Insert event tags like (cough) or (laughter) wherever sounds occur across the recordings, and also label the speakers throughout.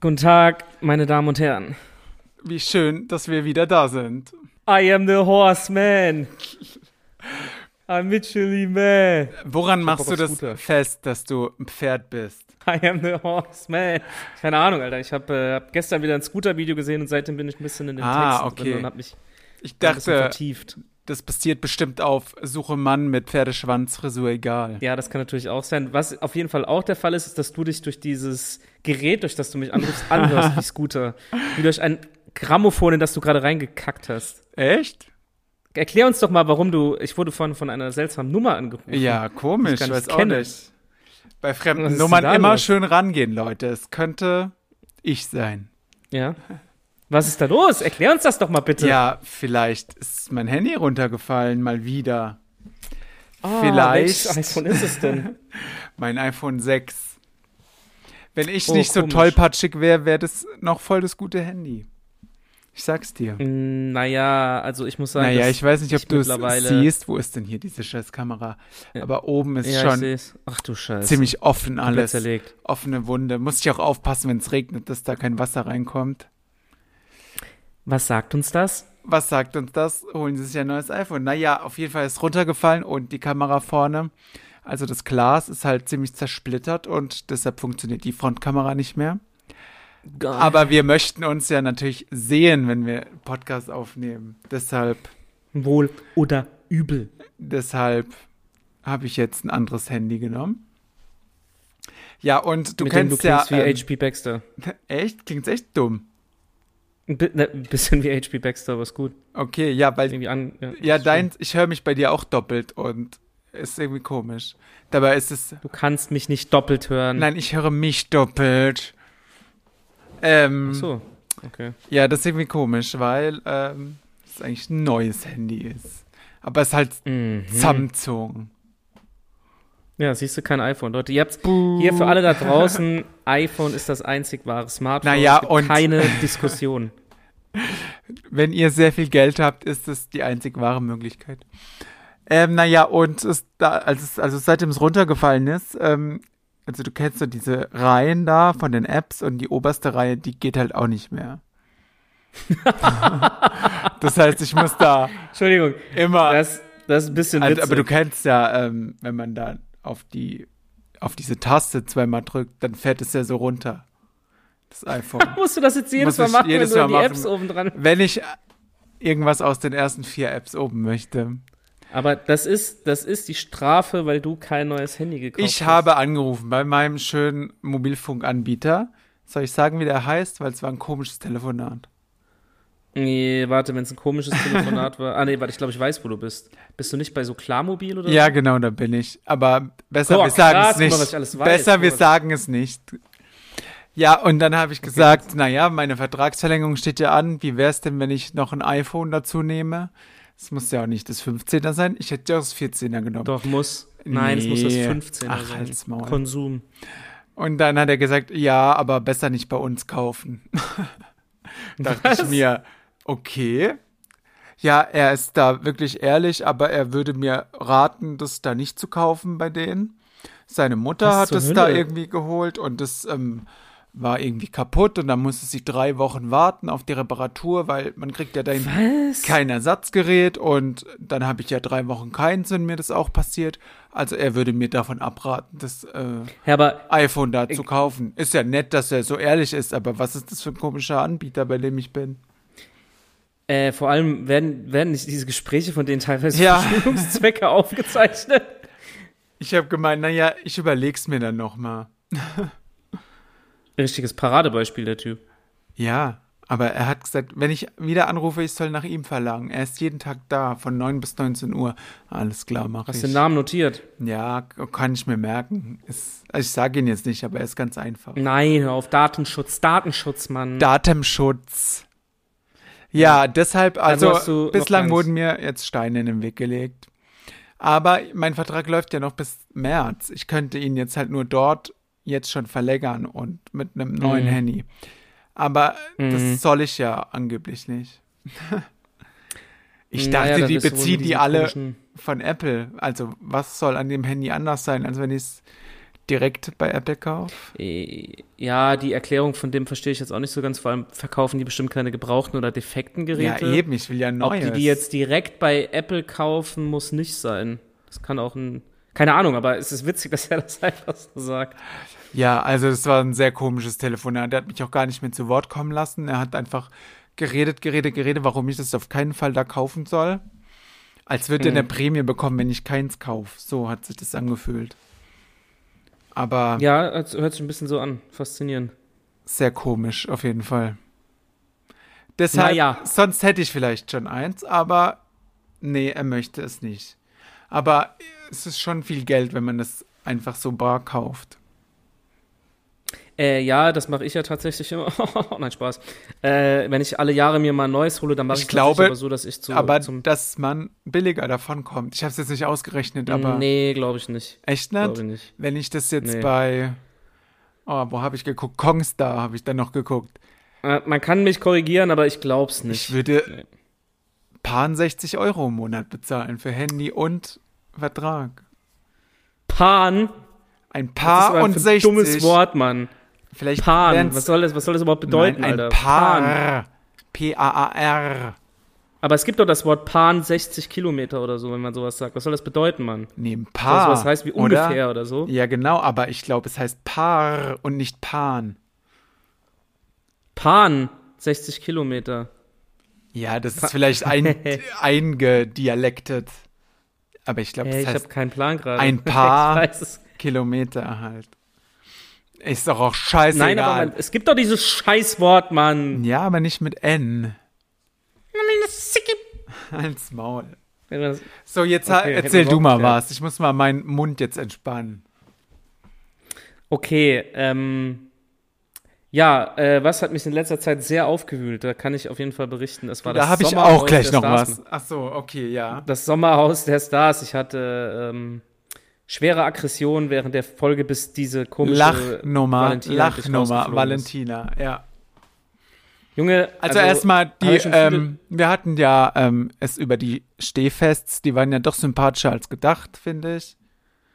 Speaker 1: Guten Tag, meine Damen und Herren.
Speaker 2: Wie schön, dass wir wieder da sind.
Speaker 1: I am the horseman. I'm literally man.
Speaker 2: Woran machst
Speaker 1: Bock
Speaker 2: du
Speaker 1: auf
Speaker 2: das
Speaker 1: Scooter.
Speaker 2: fest, dass du ein Pferd bist?
Speaker 1: I am the horseman. Keine Ahnung, Alter. Ich habe äh, hab gestern wieder ein Scooter-Video gesehen und seitdem bin ich ein bisschen in den
Speaker 2: Ah,
Speaker 1: Texten
Speaker 2: okay.
Speaker 1: drin und habe mich
Speaker 2: Ich
Speaker 1: ein bisschen
Speaker 2: dachte,
Speaker 1: vertieft.
Speaker 2: das basiert bestimmt auf Suche Mann mit Pferdeschwanzfrisur egal.
Speaker 1: Ja, das kann natürlich auch sein. Was auf jeden Fall auch der Fall ist, ist, dass du dich durch dieses Gerät, durch das du mich
Speaker 2: (laughs)
Speaker 1: anrufst, anhörst wie Scooter. Wie durch ein Grammophon, in das du gerade reingekackt hast.
Speaker 2: Echt?
Speaker 1: Erklär uns doch mal, warum du. Ich wurde vorhin von einer seltsamen Nummer angerufen.
Speaker 2: Ja, komisch,
Speaker 1: Ich gar Mhm. nicht
Speaker 2: weiß auch
Speaker 1: kenne.
Speaker 2: nicht. Bei
Speaker 1: Was
Speaker 2: fremden
Speaker 1: ist denn
Speaker 2: Nummern
Speaker 1: da
Speaker 2: immer
Speaker 1: los?
Speaker 2: schön rangehen, Leute. Es könnte ich sein.
Speaker 1: Ja. Was ist da los? Erklär uns das doch mal bitte.
Speaker 2: Ja, vielleicht ist mein Handy runtergefallen, mal wieder.
Speaker 1: Ah,
Speaker 2: vielleicht-
Speaker 1: Welches iPhone ist es
Speaker 2: (laughs)
Speaker 1: denn?
Speaker 2: Mein iPhone 6. Wenn ich
Speaker 1: Oh,
Speaker 2: nicht so
Speaker 1: komisch.
Speaker 2: tollpatschig wäre, wäre das noch voll das gute Handy. Ich sag's dir.
Speaker 1: Mm, naja, also ich muss sagen,
Speaker 2: Naja,
Speaker 1: dass-
Speaker 2: ich weiß nicht, ob
Speaker 1: ich
Speaker 2: du es
Speaker 1: mittlerweile-
Speaker 2: siehst. Wo ist denn hier diese scheiß Kamera? Aber oben ist
Speaker 1: ja, ich
Speaker 2: schon
Speaker 1: seh's. Ach du Scheiße.
Speaker 2: ziemlich offen
Speaker 1: Komplett
Speaker 2: alles.
Speaker 1: zerlegt.
Speaker 2: Offene Wunde. Muss ich auch aufpassen, wenn es regnet, dass da kein Wasser reinkommt.
Speaker 1: Was sagt uns das?
Speaker 2: Was sagt uns das? Holen Sie sich ein neues iPhone. Naja, auf jeden Fall ist runtergefallen und die Kamera vorne. Also das Glas ist halt ziemlich zersplittert und deshalb funktioniert die Frontkamera nicht mehr.
Speaker 1: Oh.
Speaker 2: Aber wir möchten uns ja natürlich sehen, wenn wir Podcast aufnehmen. Deshalb,
Speaker 1: Wohl oder übel.
Speaker 2: deshalb habe ich jetzt ein anderes Handy genommen. Ja, und du
Speaker 1: Mit dem
Speaker 2: kennst
Speaker 1: du
Speaker 2: ja.
Speaker 1: klingst wie
Speaker 2: ähm,
Speaker 1: H.P. Baxter.
Speaker 2: echt? Klingt echt dumm.
Speaker 1: Ein bi- ne, ein bisschen wie H.P. Baxter, aber ist gut.
Speaker 2: Okay, ja, weil
Speaker 1: Irgendwie an, ja,
Speaker 2: ja
Speaker 1: ist
Speaker 2: dein, ich höre mich bei dir auch doppelt und ist irgendwie komisch. Dabei ist es.
Speaker 1: schön. Du kannst mich nicht doppelt hören.
Speaker 2: Nein, ich höre mich doppelt. Ähm,
Speaker 1: Ach so. Okay.
Speaker 2: Ja, das ist irgendwie komisch, weil ähm, es eigentlich ein neues Handy ist. Aber es ist halt
Speaker 1: Mhm.
Speaker 2: Samsung.
Speaker 1: Ja, siehst du kein iPhone, Leute. Ihr habt's hier für alle da draußen. iPhone ist das einzig wahre Smartphone.
Speaker 2: Naja,
Speaker 1: es gibt
Speaker 2: und-
Speaker 1: keine
Speaker 2: (laughs)
Speaker 1: Diskussion.
Speaker 2: Wenn ihr sehr viel Geld habt, ist das die einzig wahre Möglichkeit. Ähm, naja, und es, da, als es, also seitdem es runtergefallen ist, ähm, also du kennst so diese Reihen da von den Apps und die oberste Reihe, die geht halt auch nicht
Speaker 1: (laughs)
Speaker 2: mehr. das heißt, ich muss da
Speaker 1: Entschuldigung,
Speaker 2: immer.
Speaker 1: das, das ist ein bisschen
Speaker 2: Also,
Speaker 1: witzig.
Speaker 2: aber du kennst ja, ähm, wenn man da auf die auf diese Taste zweimal drückt, dann fährt es ja so runter.
Speaker 1: (laughs)
Speaker 2: Das iPhone.
Speaker 1: Musst du das jetzt jedes
Speaker 2: Muss
Speaker 1: Mal
Speaker 2: ich
Speaker 1: machen,
Speaker 2: jedes
Speaker 1: wenn du
Speaker 2: Mal
Speaker 1: die
Speaker 2: machen.
Speaker 1: Apps oben dran.
Speaker 2: wenn ich irgendwas aus den ersten vier Apps oben möchte.
Speaker 1: Aber das ist, das ist die Strafe, weil du kein neues Handy gekauft
Speaker 2: Ich
Speaker 1: hast.
Speaker 2: habe angerufen bei meinem schönen Mobilfunkanbieter. Soll ich sagen, wie der heißt? Weil es war ein komisches Telefonat.
Speaker 1: Nee, warte, wenn es ein komisches Telefonat war. Ah, nee, warte, ich glaube, ich weiß, wo du bist. Bist du nicht bei so Klarmobil oder
Speaker 2: Ja, genau, da bin ich. Aber besser,
Speaker 1: Boah,
Speaker 2: wir sagen
Speaker 1: krass,
Speaker 2: es
Speaker 1: guck mal,
Speaker 2: nicht.
Speaker 1: was ich alles weiß.
Speaker 2: besser,
Speaker 1: Guck
Speaker 2: wir
Speaker 1: mal.
Speaker 2: sagen es nicht. Ja, und dann habe ich gesagt, na naja, meine Vertragsverlängerung steht ja an. Wie wäre es denn, wenn ich noch ein iPhone dazu nehme? Es muss ja auch nicht das 15er sein. Ich hätte ja auch das 14er genommen.
Speaker 1: Doch, muss. Nein, es muss das
Speaker 2: Nee.
Speaker 1: 15
Speaker 2: Ach,
Speaker 1: sein.
Speaker 2: halt's Maul.
Speaker 1: Konsum.
Speaker 2: Und dann hat er gesagt, ja, aber besser nicht bei uns kaufen. (laughs) Dachte ich
Speaker 1: Was?
Speaker 2: mir, okay. Ja, er ist da wirklich ehrlich, aber er würde mir raten, das da nicht zu kaufen bei denen. Seine Mutter
Speaker 1: Was
Speaker 2: hat
Speaker 1: zur
Speaker 2: es da
Speaker 1: Hölle?
Speaker 2: irgendwie geholt und das ähm, war irgendwie kaputt und dann musste sie drei Wochen warten auf die Reparatur, weil man kriegt ja da im
Speaker 1: Was?
Speaker 2: kein Ersatzgerät und dann habe ich ja drei Wochen keins, wenn mir das auch passiert. Also er würde mir davon abraten, das äh,
Speaker 1: Ja, aber
Speaker 2: iPhone da zu kaufen. Ist ja nett, dass er so ehrlich ist, aber was ist das für ein komischer Anbieter, bei dem ich bin?
Speaker 1: äh, vor allem werden, werden nicht diese Gespräche, von denen teilweise
Speaker 2: Ja.
Speaker 1: für Schulungszwecke (laughs) aufgezeichnet.
Speaker 2: Ich habe gemeint, naja, ich überleg's mir dann nochmal.
Speaker 1: Richtiges Paradebeispiel, der Typ.
Speaker 2: Ja, aber er hat gesagt, wenn ich wieder anrufe, ich soll nach ihm verlangen. Er ist jeden Tag da, von 9 bis 19 Uhr. Alles klar, mach
Speaker 1: Hast
Speaker 2: ich.
Speaker 1: den Namen notiert?
Speaker 2: Ja, kann ich mir merken. Ist, also ich sage ihn jetzt nicht, aber er ist ganz einfach.
Speaker 1: Nein, hör auf Datenschutz, Datenschutz, Mann.
Speaker 2: Datenschutz. Ja, deshalb, also
Speaker 1: hast du noch
Speaker 2: bislang
Speaker 1: eins.
Speaker 2: wurden mir jetzt Steine in den Weg gelegt. Aber mein Vertrag läuft ja noch bis März. Ich könnte ihn jetzt halt nur dort jetzt schon verlängern und mit einem neuen
Speaker 1: Mhm.
Speaker 2: Handy. Aber
Speaker 1: Mhm.
Speaker 2: das soll ich ja angeblich nicht. ich dachte,
Speaker 1: Naja, dann
Speaker 2: die
Speaker 1: bist du wohl in
Speaker 2: beziehen die
Speaker 1: diesem
Speaker 2: alle
Speaker 1: komischen-
Speaker 2: von Apple. Also was soll an dem Handy anders sein, als wenn ich es direkt bei Apple kaufe?
Speaker 1: Äh, Ja, die Erklärung von dem verstehe ich jetzt auch nicht so ganz. Vor allem verkaufen die bestimmt keine gebrauchten oder defekten Geräte.
Speaker 2: Ja, eben, ich will ja
Speaker 1: Ob
Speaker 2: neues.
Speaker 1: die die jetzt direkt bei Apple kaufen, muss nicht sein. Das kann auch ein. Keine Ahnung, aber es ist witzig, (laughs) dass er das einfach so sagt.
Speaker 2: Ja, also das war ein sehr komisches Telefonat. Der hat mich auch gar nicht mehr zu Wort kommen lassen. Er hat einfach geredet, geredet, geredet, warum ich das auf keinen Fall da kaufen soll. Als würde
Speaker 1: Mhm.
Speaker 2: er eine Prämie bekommen, wenn ich keins kaufe. So hat sich das angefühlt. Aber
Speaker 1: Ja, es hört sich ein bisschen so an. Faszinierend.
Speaker 2: sehr komisch, auf jeden Fall. Deshalb,
Speaker 1: Naja.
Speaker 2: sonst hätte ich vielleicht schon eins, aber nee, er möchte es nicht. Aber es ist schon viel Geld, wenn man das einfach so bar kauft.
Speaker 1: Äh, ja, das mache ich ja tatsächlich immer. (laughs) Nein, Spaß. Äh, wenn ich alle Jahre mir mal ein neues hole, dann mache
Speaker 2: Ich
Speaker 1: ich, es tatsächlich
Speaker 2: glaube,
Speaker 1: aber so, dass ich zu,
Speaker 2: aber
Speaker 1: zum.
Speaker 2: dass man billiger davon kommt. Ich habe es jetzt nicht ausgerechnet, aber
Speaker 1: nee, glaube ich nicht.
Speaker 2: echt
Speaker 1: Glaube
Speaker 2: nicht.
Speaker 1: ich nicht.
Speaker 2: Wenn ich das jetzt
Speaker 1: Nee.
Speaker 2: bei oh, wo habe ich geguckt? Kongstar habe ich dann noch geguckt.
Speaker 1: Äh, man kann mich korrigieren, aber ich glaube es nicht.
Speaker 2: Ich würde paar 60 Euro im Monat bezahlen für Handy und Vertrag.
Speaker 1: Pan. Was
Speaker 2: Ein
Speaker 1: ist
Speaker 2: Paar
Speaker 1: aber
Speaker 2: und
Speaker 1: für ein
Speaker 2: 60.
Speaker 1: Dummes Wort, Mann.
Speaker 2: Vielleicht
Speaker 1: Pan.
Speaker 2: wären's-
Speaker 1: Was soll das, was soll das überhaupt bedeuten,
Speaker 2: Nein, ein
Speaker 1: Alter? Pan.
Speaker 2: Paar. P-A-A-R.
Speaker 1: Aber es gibt doch das Wort Pan 60 Kilometer oder so, wenn man sowas sagt. Was soll das bedeuten, Mann?
Speaker 2: Nee, ein
Speaker 1: Soll das
Speaker 2: Paar.
Speaker 1: was heißt wie ungefähr oder so?
Speaker 2: Ah, Oder? Ja, genau, aber ich glaube, es heißt Paar und nicht Pan.
Speaker 1: Pan 60 Kilometer.
Speaker 2: Ja, das ist vielleicht ein,
Speaker 1: (laughs)
Speaker 2: eingedialektet. Aber ich glaube,
Speaker 1: Hey,
Speaker 2: das
Speaker 1: ich habe
Speaker 2: heißt
Speaker 1: keinen Plan gerade.
Speaker 2: ein
Speaker 1: (laughs)
Speaker 2: Paar.
Speaker 1: Ich weiß es.
Speaker 2: Kilometer halt. Ist doch auch scheiße.
Speaker 1: Nein, aber man, es gibt doch dieses Scheißwort, Mann.
Speaker 2: ja, aber nicht mit N. Als Maul.
Speaker 1: Wenn man das-
Speaker 2: So, jetzt
Speaker 1: Okay,
Speaker 2: ha-
Speaker 1: hätten
Speaker 2: erzähl
Speaker 1: wir
Speaker 2: du mal
Speaker 1: überhaupt
Speaker 2: was. Ich muss mal meinen Mund jetzt entspannen.
Speaker 1: Okay, ähm, ja, äh, was hat mich in letzter Zeit sehr aufgewühlt? Da kann ich auf jeden Fall berichten. Das war
Speaker 2: Da
Speaker 1: das
Speaker 2: habe ich
Speaker 1: Sommerhaus
Speaker 2: auch gleich
Speaker 1: der
Speaker 2: noch
Speaker 1: Stars.
Speaker 2: was. Ach so, okay, ja.
Speaker 1: Das Sommerhaus der Stars. Ich hatte ähm, schwere Aggression während der Folge, bis diese komische
Speaker 2: Lachnummer,
Speaker 1: Valentina endlich
Speaker 2: Lachnummer,
Speaker 1: rausgeflogen ist.
Speaker 2: Valentina, ja.
Speaker 1: Junge,
Speaker 2: Also, erstmal die,
Speaker 1: hab ich schon viele-
Speaker 2: ähm, wir hatten ja ähm, es über die Stehfests, die waren ja doch sympathischer als gedacht, finde ich.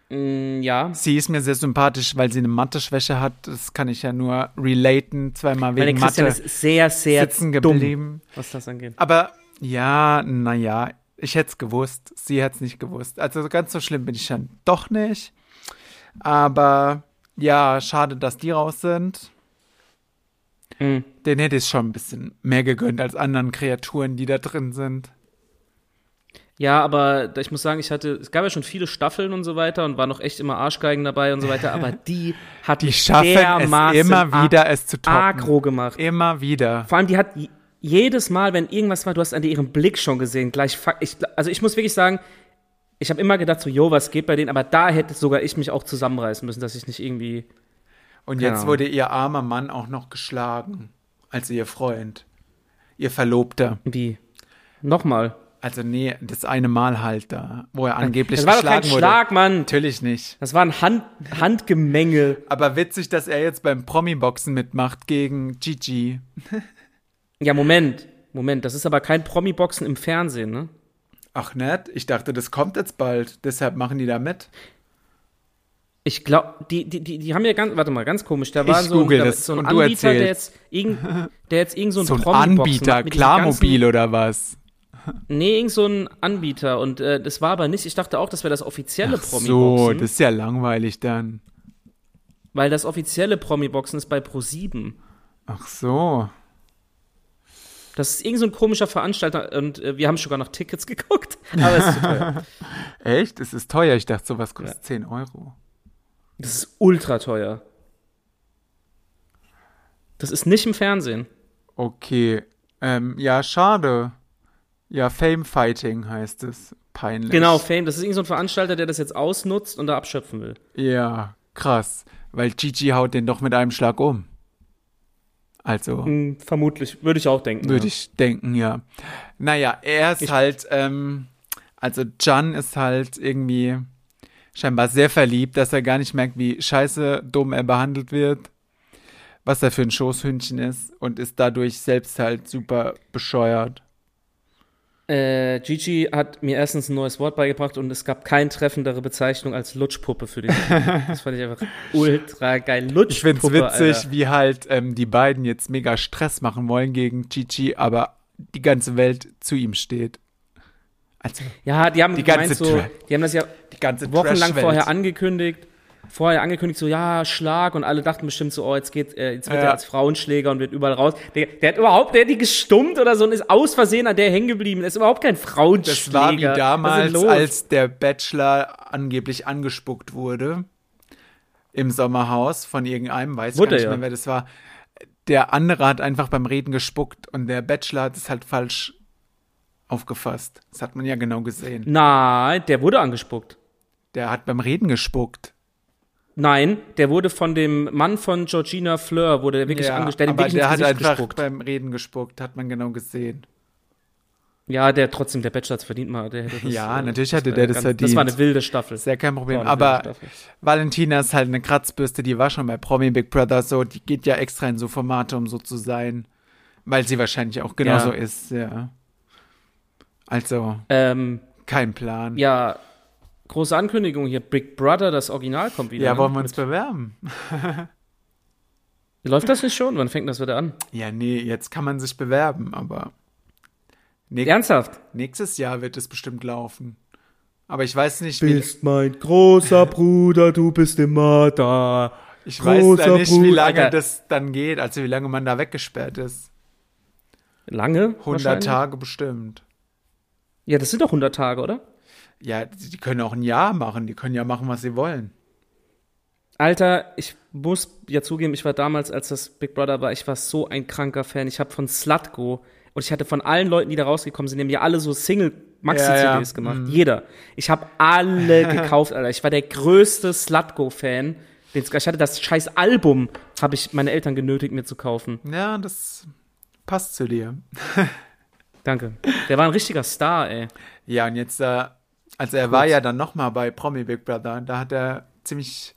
Speaker 1: Mm, ja.
Speaker 2: Sie ist mir sehr sympathisch, weil sie eine Mathe-Schwäche hat. Das kann ich ja nur relaten, zweimal
Speaker 1: Meine
Speaker 2: wegen
Speaker 1: Christian
Speaker 2: Mathe
Speaker 1: ist sehr, sehr
Speaker 2: sitzen
Speaker 1: dumm,
Speaker 2: geblieben.
Speaker 1: was das angeht.
Speaker 2: Aber ja, naja, ich hätte es gewusst. Sie hätte es nicht gewusst. Also ganz so schlimm bin ich dann doch nicht. Aber ja, schade, dass die raus sind.
Speaker 1: Mhm.
Speaker 2: Den hätte ich schon ein bisschen mehr gegönnt als anderen Kreaturen, die da drin sind.
Speaker 1: Ja, aber da- ich muss sagen, ich hatte, es gab ja schon viele Staffeln und so weiter und war noch echt immer Arschgeigen dabei und so weiter,
Speaker 2: (laughs)
Speaker 1: aber die hat
Speaker 2: Die
Speaker 1: mich
Speaker 2: schaffen
Speaker 1: dermaßen
Speaker 2: es immer
Speaker 1: a-
Speaker 2: wieder, es zu toppen.
Speaker 1: agro gemacht.
Speaker 2: Immer wieder.
Speaker 1: Vor allem, die hat j- jedes Mal, wenn irgendwas war, du hast an ihrem Blick schon gesehen, gleich, fuck- ich, also ich muss wirklich sagen, ich habe immer gedacht, so, jo, was geht bei denen, aber da hätte sogar ich mich auch zusammenreißen müssen, dass ich nicht irgendwie,
Speaker 2: Und
Speaker 1: Keine
Speaker 2: jetzt
Speaker 1: Ahnung.
Speaker 2: wurde ihr armer Mann auch noch geschlagen. Also ihr Freund. Ihr Verlobter.
Speaker 1: wie, nochmal.
Speaker 2: Also nee, das eine Mal halt da, wo er angeblich
Speaker 1: Das war doch kein
Speaker 2: geschlagen wurde.
Speaker 1: Schlag, Mann.
Speaker 2: Natürlich nicht.
Speaker 1: Das war ein Hand, Handgemenge.
Speaker 2: Aber witzig, dass er jetzt beim Promi-Boxen mitmacht gegen Gigi.
Speaker 1: Ja, Moment, Moment, das ist aber kein Promi-Boxen im Fernsehen, ne?
Speaker 2: Ach nett, ich dachte, das kommt jetzt bald. Deshalb machen die da mit.
Speaker 1: Ich glaube, die, die, die, die haben ja ganz, warte mal, ganz komisch, da war
Speaker 2: Ich
Speaker 1: so,
Speaker 2: google
Speaker 1: da,
Speaker 2: das
Speaker 1: so ein
Speaker 2: und du
Speaker 1: Anbieter, der
Speaker 2: erzählst.
Speaker 1: jetzt, irgend, der jetzt irgend so ein,
Speaker 2: So ein
Speaker 1: Promi-Boxen macht
Speaker 2: Anbieter,
Speaker 1: mit diesen ganzen-
Speaker 2: Klarmobil oder was?
Speaker 1: Nee, irgend so ein Anbieter und äh, das war aber nicht, ich dachte auch, das wäre das offizielle
Speaker 2: So,
Speaker 1: Promi-Boxen,
Speaker 2: das ist ja langweilig dann.
Speaker 1: weil das offizielle Promi-Boxen ist bei ProSieben.
Speaker 2: Ach so.
Speaker 1: Das ist irgend so ein komischer Veranstalter und äh, wir haben sogar nach Tickets (laughs) geguckt, aber es ist zu teuer.
Speaker 2: Echt? Es ist teuer. Ich dachte, sowas kostet 10 Euro.
Speaker 1: Das ist ultra teuer. Das ist nicht im Fernsehen.
Speaker 2: Okay. Ähm, ja, schade. Ja, Fame Fighting heißt es. Peinlich.
Speaker 1: Genau, Fame, das ist irgend so ein Veranstalter, der das jetzt ausnutzt und da abschöpfen will.
Speaker 2: Ja, krass. Weil Gigi haut den doch mit einem Schlag um. Also,
Speaker 1: Hm, vermutlich, würde ich auch denken.
Speaker 2: würde
Speaker 1: ja.
Speaker 2: ich denken, ja. Naja, er ist halt, ähm, also Jan ist halt irgendwie scheinbar sehr verliebt, dass er gar nicht merkt, wie scheiße dumm er behandelt wird, was er für ein Schoßhündchen ist und ist dadurch selbst halt super bescheuert.
Speaker 1: Äh, Gigi hat mir erstens ein neues Wort beigebracht und es gab keine treffendere Bezeichnung als Lutschpuppe für den.
Speaker 2: (laughs)
Speaker 1: das fand ich einfach ultra geil. Lutschpuppe.
Speaker 2: Ich find's witzig,
Speaker 1: Alter.
Speaker 2: wie halt ähm, die beiden jetzt mega Stress machen wollen gegen Gigi, aber die ganze Welt zu ihm steht. Also
Speaker 1: Ja, die haben
Speaker 2: Die
Speaker 1: gemeint
Speaker 2: ganze
Speaker 1: so,
Speaker 2: Tra-
Speaker 1: die haben das ja
Speaker 2: die ganze
Speaker 1: wochenlang
Speaker 2: Trash-Welt.
Speaker 1: vorher angekündigt. Vorher angekündigt, so, ja, Schlag, und alle dachten bestimmt so, oh, jetzt geht, äh, jetzt wird
Speaker 2: Ja.
Speaker 1: er als Frauenschläger und wird überall raus. Der, der hat überhaupt, der hat die gestummt oder so und ist aus Versehen an der hängen geblieben. Er ist überhaupt kein Frauenschläger.
Speaker 2: Das war wie
Speaker 1: Was ist
Speaker 2: damals,
Speaker 1: los?
Speaker 2: als der Bachelor angeblich angespuckt wurde im Sommerhaus von irgendeinem, weiß ich gar
Speaker 1: Wurde
Speaker 2: nicht
Speaker 1: ja.
Speaker 2: mehr, wer das war. Der andere hat einfach beim Reden gespuckt und der Bachelor hat es halt falsch aufgefasst. Das hat man ja genau gesehen.
Speaker 1: Nein, der wurde angespuckt.
Speaker 2: Der hat beim Reden gespuckt.
Speaker 1: Nein, der wurde von dem Mann von Georgina Fleur, wurde der wirklich
Speaker 2: ja,
Speaker 1: angestellt,
Speaker 2: aber
Speaker 1: wirklich
Speaker 2: der
Speaker 1: ins
Speaker 2: hat
Speaker 1: Gesicht
Speaker 2: einfach
Speaker 1: gespuckt.
Speaker 2: beim Reden gespuckt, hat man genau gesehen.
Speaker 1: Ja, der trotzdem, der Bachelor hat's verdient mal. Der hätte das,
Speaker 2: Ja,
Speaker 1: äh,
Speaker 2: natürlich hatte der das
Speaker 1: Das war
Speaker 2: verdient.
Speaker 1: eine wilde Staffel.
Speaker 2: Ist ja kein Problem.
Speaker 1: War eine wilde
Speaker 2: Aber
Speaker 1: Staffel.
Speaker 2: Valentina ist halt eine Kratzbürste, die war schon bei Promi Big Brother so. Die geht ja extra in so Formate, um so zu sein. Weil sie wahrscheinlich auch genauso
Speaker 1: Ja.
Speaker 2: ist, ja. Also,
Speaker 1: Ähm,
Speaker 2: kein Plan. Ja,
Speaker 1: ja, große Ankündigung hier. Big Brother, das Original kommt wieder. ne?
Speaker 2: wollen wir uns bewerben?
Speaker 1: Läuft das nicht schon? Wann fängt das wieder an?
Speaker 2: Ja, nee, jetzt kann man sich bewerben, aber näch-
Speaker 1: Ernsthaft?
Speaker 2: nächstes Jahr wird es bestimmt laufen. Aber ich weiß nicht, wie,
Speaker 1: Bist mein großer Bruder, du bist immer da.
Speaker 2: ich weiß da
Speaker 1: großer
Speaker 2: nicht, wie
Speaker 1: Bruder,
Speaker 2: lange
Speaker 1: Alter.
Speaker 2: das dann geht, also wie lange man da weggesperrt ist.
Speaker 1: Lange?
Speaker 2: 100
Speaker 1: wahrscheinlich?
Speaker 2: Tage bestimmt.
Speaker 1: Ja, das sind doch 100 Tage, oder?
Speaker 2: Ja, die die können auch ein Jahr machen, die können ja machen, was sie wollen.
Speaker 1: Alter, ich muss ja zugeben, ich war damals, als das Big Brother war, ich war so ein kranker Fan. Ich habe von Slutko und ich hatte von allen Leuten, die da rausgekommen sind, die haben ja alle so Single Maxi-CDs
Speaker 2: Ja, Mhm. ja.
Speaker 1: gemacht. Jeder. Ich habe
Speaker 2: (laughs)
Speaker 1: alle gekauft, Alter. Ich war der größte Slutko-Fan. den's- Ich hatte das scheiß Album, habe ich meine Eltern genötigt, mir zu kaufen.
Speaker 2: Ja, das passt zu dir.
Speaker 1: Danke. Der war ein richtiger Star, ey.
Speaker 2: Ja, und jetzt, äh, also er war ja dann nochmal bei Promi Big Brother, da hat er ziemlich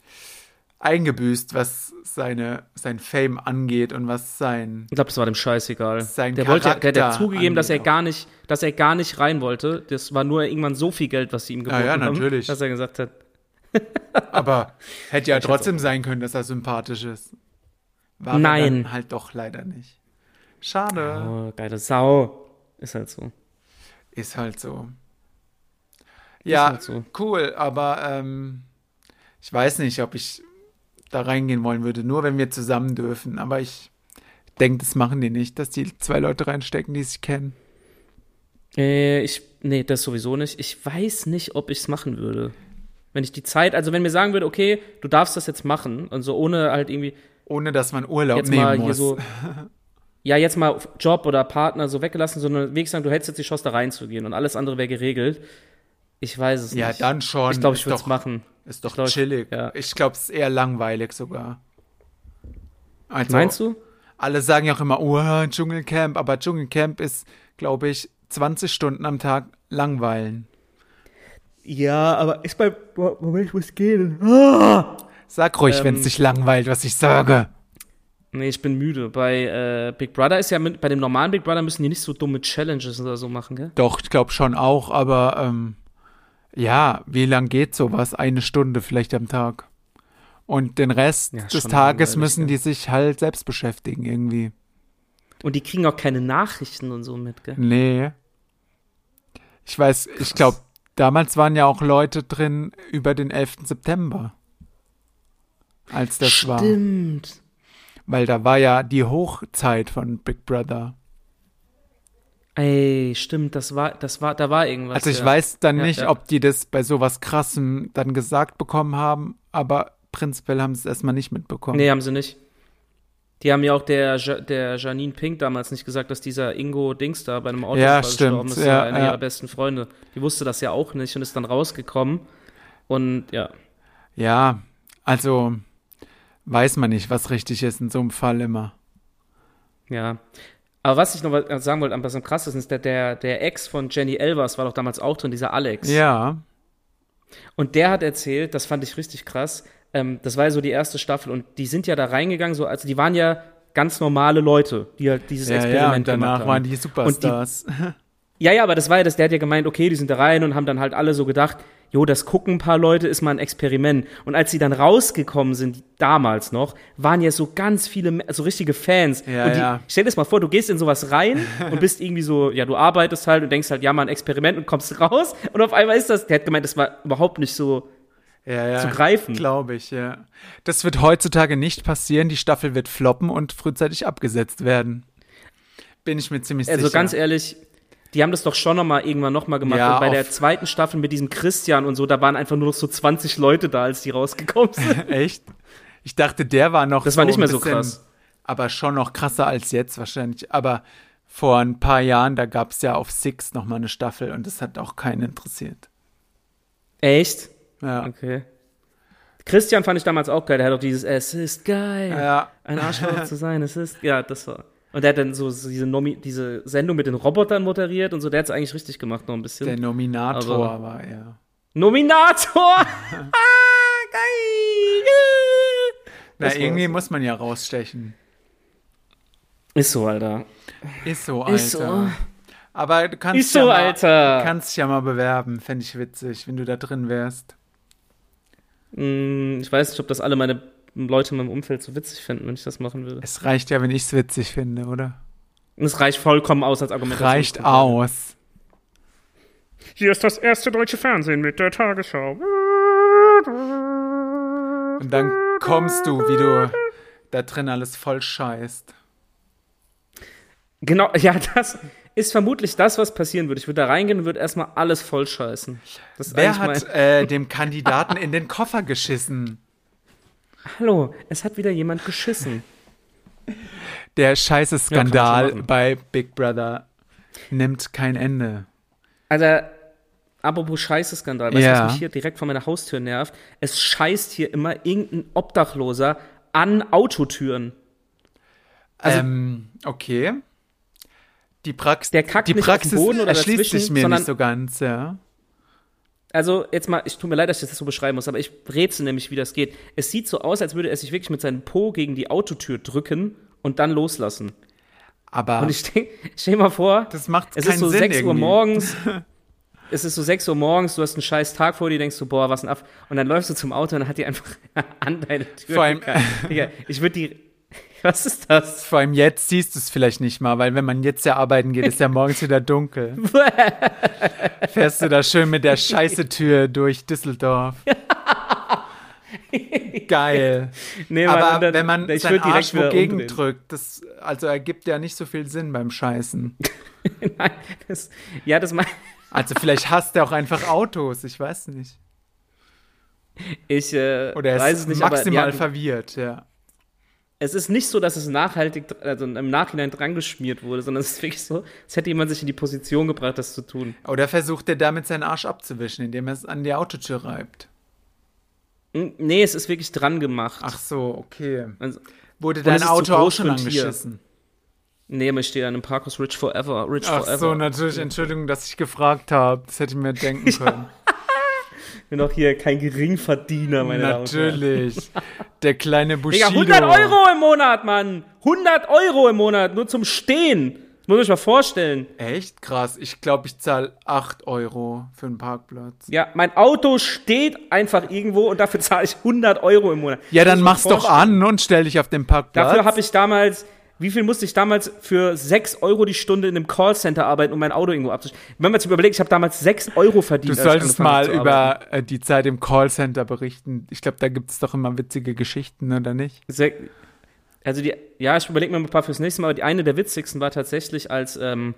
Speaker 2: eingebüßt, was seine, sein Fame angeht und was sein,
Speaker 1: Ich glaube, das war dem scheißegal.
Speaker 2: Sein
Speaker 1: der wollte, der, der hat
Speaker 2: Charakter
Speaker 1: zugegeben, dass er
Speaker 2: angeht auch.
Speaker 1: gar nicht, dass er gar nicht rein wollte. Das war nur irgendwann so viel Geld, was sie ihm geboten
Speaker 2: ja, natürlich.
Speaker 1: haben, dass er gesagt hat,
Speaker 2: aber hätte ja
Speaker 1: Ich hab's
Speaker 2: trotzdem sein können, dass er sympathisch ist. War er
Speaker 1: Nein.
Speaker 2: dann halt doch leider nicht. Schade.
Speaker 1: oh, geile Sau. Ist halt so.
Speaker 2: Ist halt so. Ja,
Speaker 1: halt so.
Speaker 2: cool, aber ähm, ich weiß nicht, ob ich da reingehen wollen würde, nur wenn wir zusammen dürfen. Aber ich denke, das machen die nicht, dass die zwei Leute reinstecken, die sich kennen.
Speaker 1: Äh, ich, nee, das sowieso nicht. Ich weiß nicht, ob ich es machen würde. Wenn ich die Zeit, also wenn mir sagen würde, okay, du darfst das jetzt machen und so ohne halt irgendwie
Speaker 2: Ohne dass man Urlaub
Speaker 1: jetzt
Speaker 2: nehmen
Speaker 1: mal hier
Speaker 2: muss.
Speaker 1: so, (laughs) ja, jetzt mal Job oder Partner so weggelassen, sondern wirklich sagen, du hättest jetzt die Chance da reinzugehen und alles andere wäre geregelt. Ich weiß es
Speaker 2: ja,
Speaker 1: nicht.
Speaker 2: dann schon.
Speaker 1: Ich glaube,
Speaker 2: Ist
Speaker 1: ich würde es
Speaker 2: doch-
Speaker 1: machen.
Speaker 2: Ist doch
Speaker 1: glaub, ich-
Speaker 2: chillig.
Speaker 1: ja.
Speaker 2: Ich glaube, es ist eher langweilig sogar. Also,
Speaker 1: Meinst du?
Speaker 2: Alle sagen ja auch immer, oh, Dschungelcamp, aber Dschungelcamp ist, glaube ich, 20 Stunden am Tag langweilen.
Speaker 1: Ja, aber ist bei. Moment, ich muss gehen.
Speaker 2: Sag ruhig,
Speaker 1: Ähm,
Speaker 2: wenn es dich langweilt, was ich sage.
Speaker 1: Nee, ich bin müde. Bei äh, Big Brother ist ja mit, bei dem normalen Big Brother müssen die nicht so dumme Challenges oder so machen, gell?
Speaker 2: Doch, ich glaube schon auch, aber ähm, ja, wie lang geht sowas? Eine Stunde vielleicht am Tag. Und den Rest
Speaker 1: Ja,
Speaker 2: des
Speaker 1: schon
Speaker 2: Tages
Speaker 1: langweilig,
Speaker 2: müssen
Speaker 1: ja.
Speaker 2: die sich halt selbst beschäftigen irgendwie.
Speaker 1: Und die kriegen auch keine Nachrichten und so mit, gell?
Speaker 2: Nee. Ich weiß, ich glaube, damals waren ja auch Leute drin über den 11. September. Als das war.
Speaker 1: Stimmt.
Speaker 2: Weil da war ja die Hochzeit von Big Brother.
Speaker 1: Ey, stimmt, das war, das war, da war irgendwas.
Speaker 2: Also ich
Speaker 1: ja.
Speaker 2: weiß dann
Speaker 1: Ja,
Speaker 2: nicht,
Speaker 1: ja.
Speaker 2: ob die das bei sowas krassem dann gesagt bekommen haben, aber prinzipiell haben sie es erstmal nicht mitbekommen.
Speaker 1: Nee, haben sie nicht. Die haben ja auch der, Ja- der Janine Pink damals nicht gesagt, dass dieser Ingo Dings da bei einem Auto
Speaker 2: Ja, stimmt,
Speaker 1: gestorben ist.
Speaker 2: ja,
Speaker 1: einer
Speaker 2: ja.
Speaker 1: ihrer besten Freunde. Die wusste das ja auch nicht und ist dann rausgekommen. Und ja,
Speaker 2: Ja, also weiß man nicht, was richtig ist in so einem Fall immer.
Speaker 1: Ja. Aber was ich noch mal sagen wollte, was am krassesten ist, der, der, der Ex von Jenny Elvers war doch damals auch drin, dieser Alex.
Speaker 2: Ja,
Speaker 1: Und der hat erzählt, das fand ich richtig krass, ähm, das war ja so die erste Staffel und die sind ja da reingegangen, so, also die waren ja ganz normale Leute, die halt dieses
Speaker 2: ja, ja,
Speaker 1: Experiment
Speaker 2: und danach
Speaker 1: gemacht haben.
Speaker 2: waren die Superstars.
Speaker 1: Ja, ja, aber das war ja das, der hat ja gemeint, okay, die sind da rein und haben dann halt alle so gedacht, jo, das gucken ein paar Leute, ist mal ein Experiment. Und als sie dann rausgekommen sind, damals noch, waren ja so ganz viele, Me- so richtige Fans.
Speaker 2: Ja,
Speaker 1: und die,
Speaker 2: ja.
Speaker 1: Stell dir das mal vor, du gehst in sowas
Speaker 2: (laughs)
Speaker 1: rein und bist irgendwie so, ja, du arbeitest halt und denkst halt, ja, mal ein Experiment und kommst raus. Und auf einmal ist das, der hat gemeint, das war überhaupt nicht so,
Speaker 2: (laughs) ja, ja.
Speaker 1: zu greifen.
Speaker 2: Glaube ich, ja. Das wird heutzutage nicht passieren. Die Staffel wird floppen und frühzeitig abgesetzt werden. Bin ich mir ziemlich
Speaker 1: also
Speaker 2: sicher.
Speaker 1: ganz ehrlich, die haben das doch schon noch mal irgendwann noch mal gemacht.
Speaker 2: Ja,
Speaker 1: und bei der
Speaker 2: auf-
Speaker 1: zweiten Staffel mit diesem Christian und so, da waren einfach nur noch so 20 Leute da, als die rausgekommen
Speaker 2: (laughs)
Speaker 1: sind.
Speaker 2: Echt? Ich dachte, der war noch.
Speaker 1: Das war nicht
Speaker 2: ein
Speaker 1: mehr so
Speaker 2: bisschen-
Speaker 1: krass.
Speaker 2: Aber schon noch krasser als jetzt wahrscheinlich. Aber vor ein paar Jahren, da gab es ja auf Six nochmal eine Staffel und das hat auch keinen interessiert.
Speaker 1: Echt?
Speaker 2: Ja.
Speaker 1: Okay. Christian fand ich damals auch geil. Der hat auch dieses Es ist geil.
Speaker 2: ja.
Speaker 1: Ein Arschloch zu sein, es ist. Ja, das war. Und der hat dann so diese, Nomi diese Sendung mit den Robotern moderiert und so. Der hat es eigentlich richtig gemacht, noch ein bisschen.
Speaker 2: Der Nominator
Speaker 1: Aber-
Speaker 2: war, ja. (laughs)
Speaker 1: Nominator! Ah, geil!
Speaker 2: Na,
Speaker 1: Das war-
Speaker 2: irgendwie muss man ja rausstechen.
Speaker 1: Ist so, Alter.
Speaker 2: Ist so, Alter.
Speaker 1: Ist so.
Speaker 2: Aber du kannst
Speaker 1: Ist so,
Speaker 2: ja mal,
Speaker 1: Alter.
Speaker 2: kannst dich ja mal bewerben. Fände ich witzig, wenn du da drin wärst.
Speaker 1: Mm, Ich weiß nicht, ob das alle meine Leute in meinem Umfeld so witzig finden, wenn ich das machen würde.
Speaker 2: Es reicht ja, wenn ich es witzig finde, oder?
Speaker 1: Und es reicht vollkommen aus als Argument.
Speaker 2: Reicht aus.
Speaker 3: Hier ist das erste deutsche Fernsehen mit der Tagesschau.
Speaker 2: Und dann kommst du, wie du da drin alles voll scheißt.
Speaker 1: Genau, ja, das ist vermutlich das, was passieren würde. Ich würde da reingehen und würde erstmal alles voll scheißen. Das ist
Speaker 2: Wer
Speaker 1: eigentlich
Speaker 2: hat
Speaker 1: mein.
Speaker 2: äh, dem Kandidaten in den Koffer geschissen?
Speaker 1: Hallo, es hat wieder jemand geschissen.
Speaker 2: Der scheiße
Speaker 1: man
Speaker 2: Skandal
Speaker 1: schon machen.
Speaker 2: bei Big Brother nimmt kein Ende.
Speaker 1: Also, apropos Scheiße-Skandal, weißt du,
Speaker 2: Ja.
Speaker 1: was mich hier direkt vor meiner Haustür nervt? Es scheißt hier immer irgendein Obdachloser an Autotüren. Also-
Speaker 2: ähm, okay. Die, Prax
Speaker 1: Der kackt
Speaker 2: die
Speaker 1: nicht auf den
Speaker 2: Praxis
Speaker 1: Boden oder
Speaker 2: erschließt
Speaker 1: dazwischen,
Speaker 2: sich mir
Speaker 1: sondern-
Speaker 2: nicht so ganz, ja.
Speaker 1: Also jetzt mal, ich tut mir leid, dass ich das so beschreiben muss, aber ich rätsel nämlich, wie das geht. Es sieht so aus, als würde er sich wirklich mit seinem Po gegen die Autotür drücken und dann loslassen.
Speaker 2: Aber
Speaker 1: Und ich steh, stell mal vor,
Speaker 2: das macht
Speaker 1: es
Speaker 2: keinen
Speaker 1: ist so
Speaker 2: Sinn
Speaker 1: 6 Uhr
Speaker 2: irgendwie. (laughs)
Speaker 1: morgens. Es ist so 6 Uhr morgens, du hast einen scheiß Tag vor dir, denkst du, boah, was ein Aff. Und dann läufst du zum Auto und dann hat die einfach (laughs) an deine Tür.
Speaker 2: Vor allem-
Speaker 1: gekackt. Digga, ich würde die. (laughs) Was ist das?
Speaker 2: Vor allem jetzt siehst du es vielleicht nicht mal, weil wenn man jetzt ja arbeiten geht, ist ja morgens
Speaker 1: (laughs)
Speaker 2: wieder dunkel. Fährst du da schön mit der scheiße Tür durch Düsseldorf. Geil.
Speaker 1: Nee, Mann,
Speaker 2: Aber
Speaker 1: und dann-
Speaker 2: wenn man
Speaker 1: ich
Speaker 2: seinen
Speaker 1: würd direkt
Speaker 2: Arsch
Speaker 1: wieder
Speaker 2: wogegen
Speaker 1: umdrehen.
Speaker 2: drückt, das also ergibt ja nicht so viel Sinn beim Scheißen.
Speaker 1: (laughs) Nein, das, ja, das mein,
Speaker 2: Also vielleicht hasst er auch einfach Autos, ich weiß nicht.
Speaker 1: ich äh,
Speaker 2: Oder er
Speaker 1: weiß
Speaker 2: ist
Speaker 1: es nicht,
Speaker 2: maximal
Speaker 1: aber, ja,
Speaker 2: verwirrt, ja.
Speaker 1: es ist nicht so, dass es nachhaltig, dr- also im Nachhinein drangeschmiert wurde, sondern es ist wirklich so, es hätte jemand sich in die Position gebracht, das zu tun.
Speaker 2: Oder versucht er damit seinen Arsch abzuwischen, indem er es an die Autotür reibt.
Speaker 1: N- Hm, Nee, es ist wirklich dran gemacht.
Speaker 2: Ach so, okay.
Speaker 1: Also,
Speaker 2: Wurde dein
Speaker 1: es ist zu
Speaker 2: Auto auch
Speaker 1: groß
Speaker 2: schon
Speaker 1: für ein Tier.
Speaker 2: angeschissen?
Speaker 1: nee, aber ich stehe an einem Parkhaus Rich Forever, Rich
Speaker 2: Ach
Speaker 1: Forever.
Speaker 2: so, natürlich. Entschuldigung, dass ich gefragt habe. Das hätte ich
Speaker 1: (laughs)
Speaker 2: mir denken können.
Speaker 1: Ich bin doch hier kein Geringverdiener, meine Damen und Herren.
Speaker 2: natürlich. Der kleine Bushido.
Speaker 1: Digga, 100 Euro im Monat, Mann! 100 Euro im Monat, nur zum Stehen. Das muss ich mal vorstellen.
Speaker 2: Echt krass. Ich glaube, ich zahle 8 Euro für einen Parkplatz.
Speaker 1: Ja, mein Auto steht einfach irgendwo und dafür zahle ich 100 Euro im Monat.
Speaker 2: Ja,
Speaker 1: Das muss
Speaker 2: dann
Speaker 1: ich mir
Speaker 2: mach's doch
Speaker 1: vorstellen.
Speaker 2: an und stell dich auf den Parkplatz.
Speaker 1: Dafür habe ich damals, wie viel musste ich damals für 6 Euro die Stunde in einem Callcenter arbeiten, um mein Auto irgendwo abzustellen? Wenn man sich überlegt, ich habe damals 6 Euro verdient.
Speaker 2: Du
Speaker 1: als ich
Speaker 2: solltest
Speaker 1: angefangen
Speaker 2: mal
Speaker 1: habe zu arbeiten.
Speaker 2: über äh, die Zeit im Callcenter berichten. Ich glaube, da gibt es doch immer witzige Geschichten, oder nicht?
Speaker 1: Sehr, also die, ja, ich überlege mir ein paar fürs nächste Mal, aber die eine der witzigsten war tatsächlich als, ähm,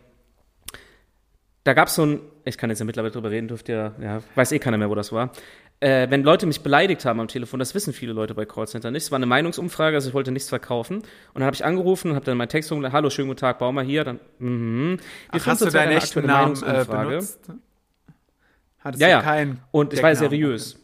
Speaker 1: da gab es so ein, ich kann jetzt ja mittlerweile drüber reden, dürft ihr, ja, weiß eh keiner mehr, wo das war. Äh, wenn Leute mich beleidigt haben am Telefon, das wissen viele Leute bei Callcenter nicht. Es war eine Meinungsumfrage, also ich wollte nichts verkaufen. Und dann habe ich angerufen und habe dann meinen Text rumgelegt, hallo, schönen guten Tag, Baumer hier. Dann, mhm. Wir führen
Speaker 2: Hast du
Speaker 1: zurzeit
Speaker 2: deinen
Speaker 1: eine
Speaker 2: echten
Speaker 1: aktuelle
Speaker 2: Namen äh,
Speaker 1: Meinungsumfrage.
Speaker 2: benutzt? Hattest
Speaker 1: Ja,
Speaker 2: du
Speaker 1: ja.
Speaker 2: keinen
Speaker 1: Und ich war
Speaker 2: Decknamen?
Speaker 1: seriös.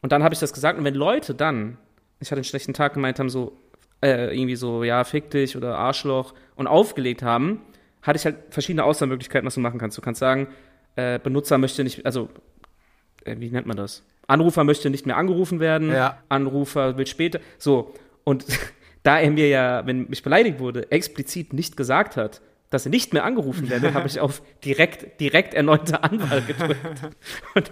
Speaker 1: Und dann habe ich das gesagt. Und wenn Leute dann, ich hatte einen schlechten Tag gemeint haben, so, äh, irgendwie so, ja, fick dich oder Arschloch und aufgelegt haben, hatte ich halt verschiedene Auswahlmöglichkeiten, was du machen kannst. Du kannst sagen, äh, Benutzer möchte nicht, also, äh, wie nennt man das? Anrufer möchte nicht mehr angerufen werden.
Speaker 2: Ja.
Speaker 1: Anrufer will später. (laughs) So. Und da er mir ja, wenn mich beleidigt wurde, explizit nicht gesagt hat, dass sie nicht mehr angerufen werde, habe ich auf direkt, direkt erneute Anwahl gedrückt. Und,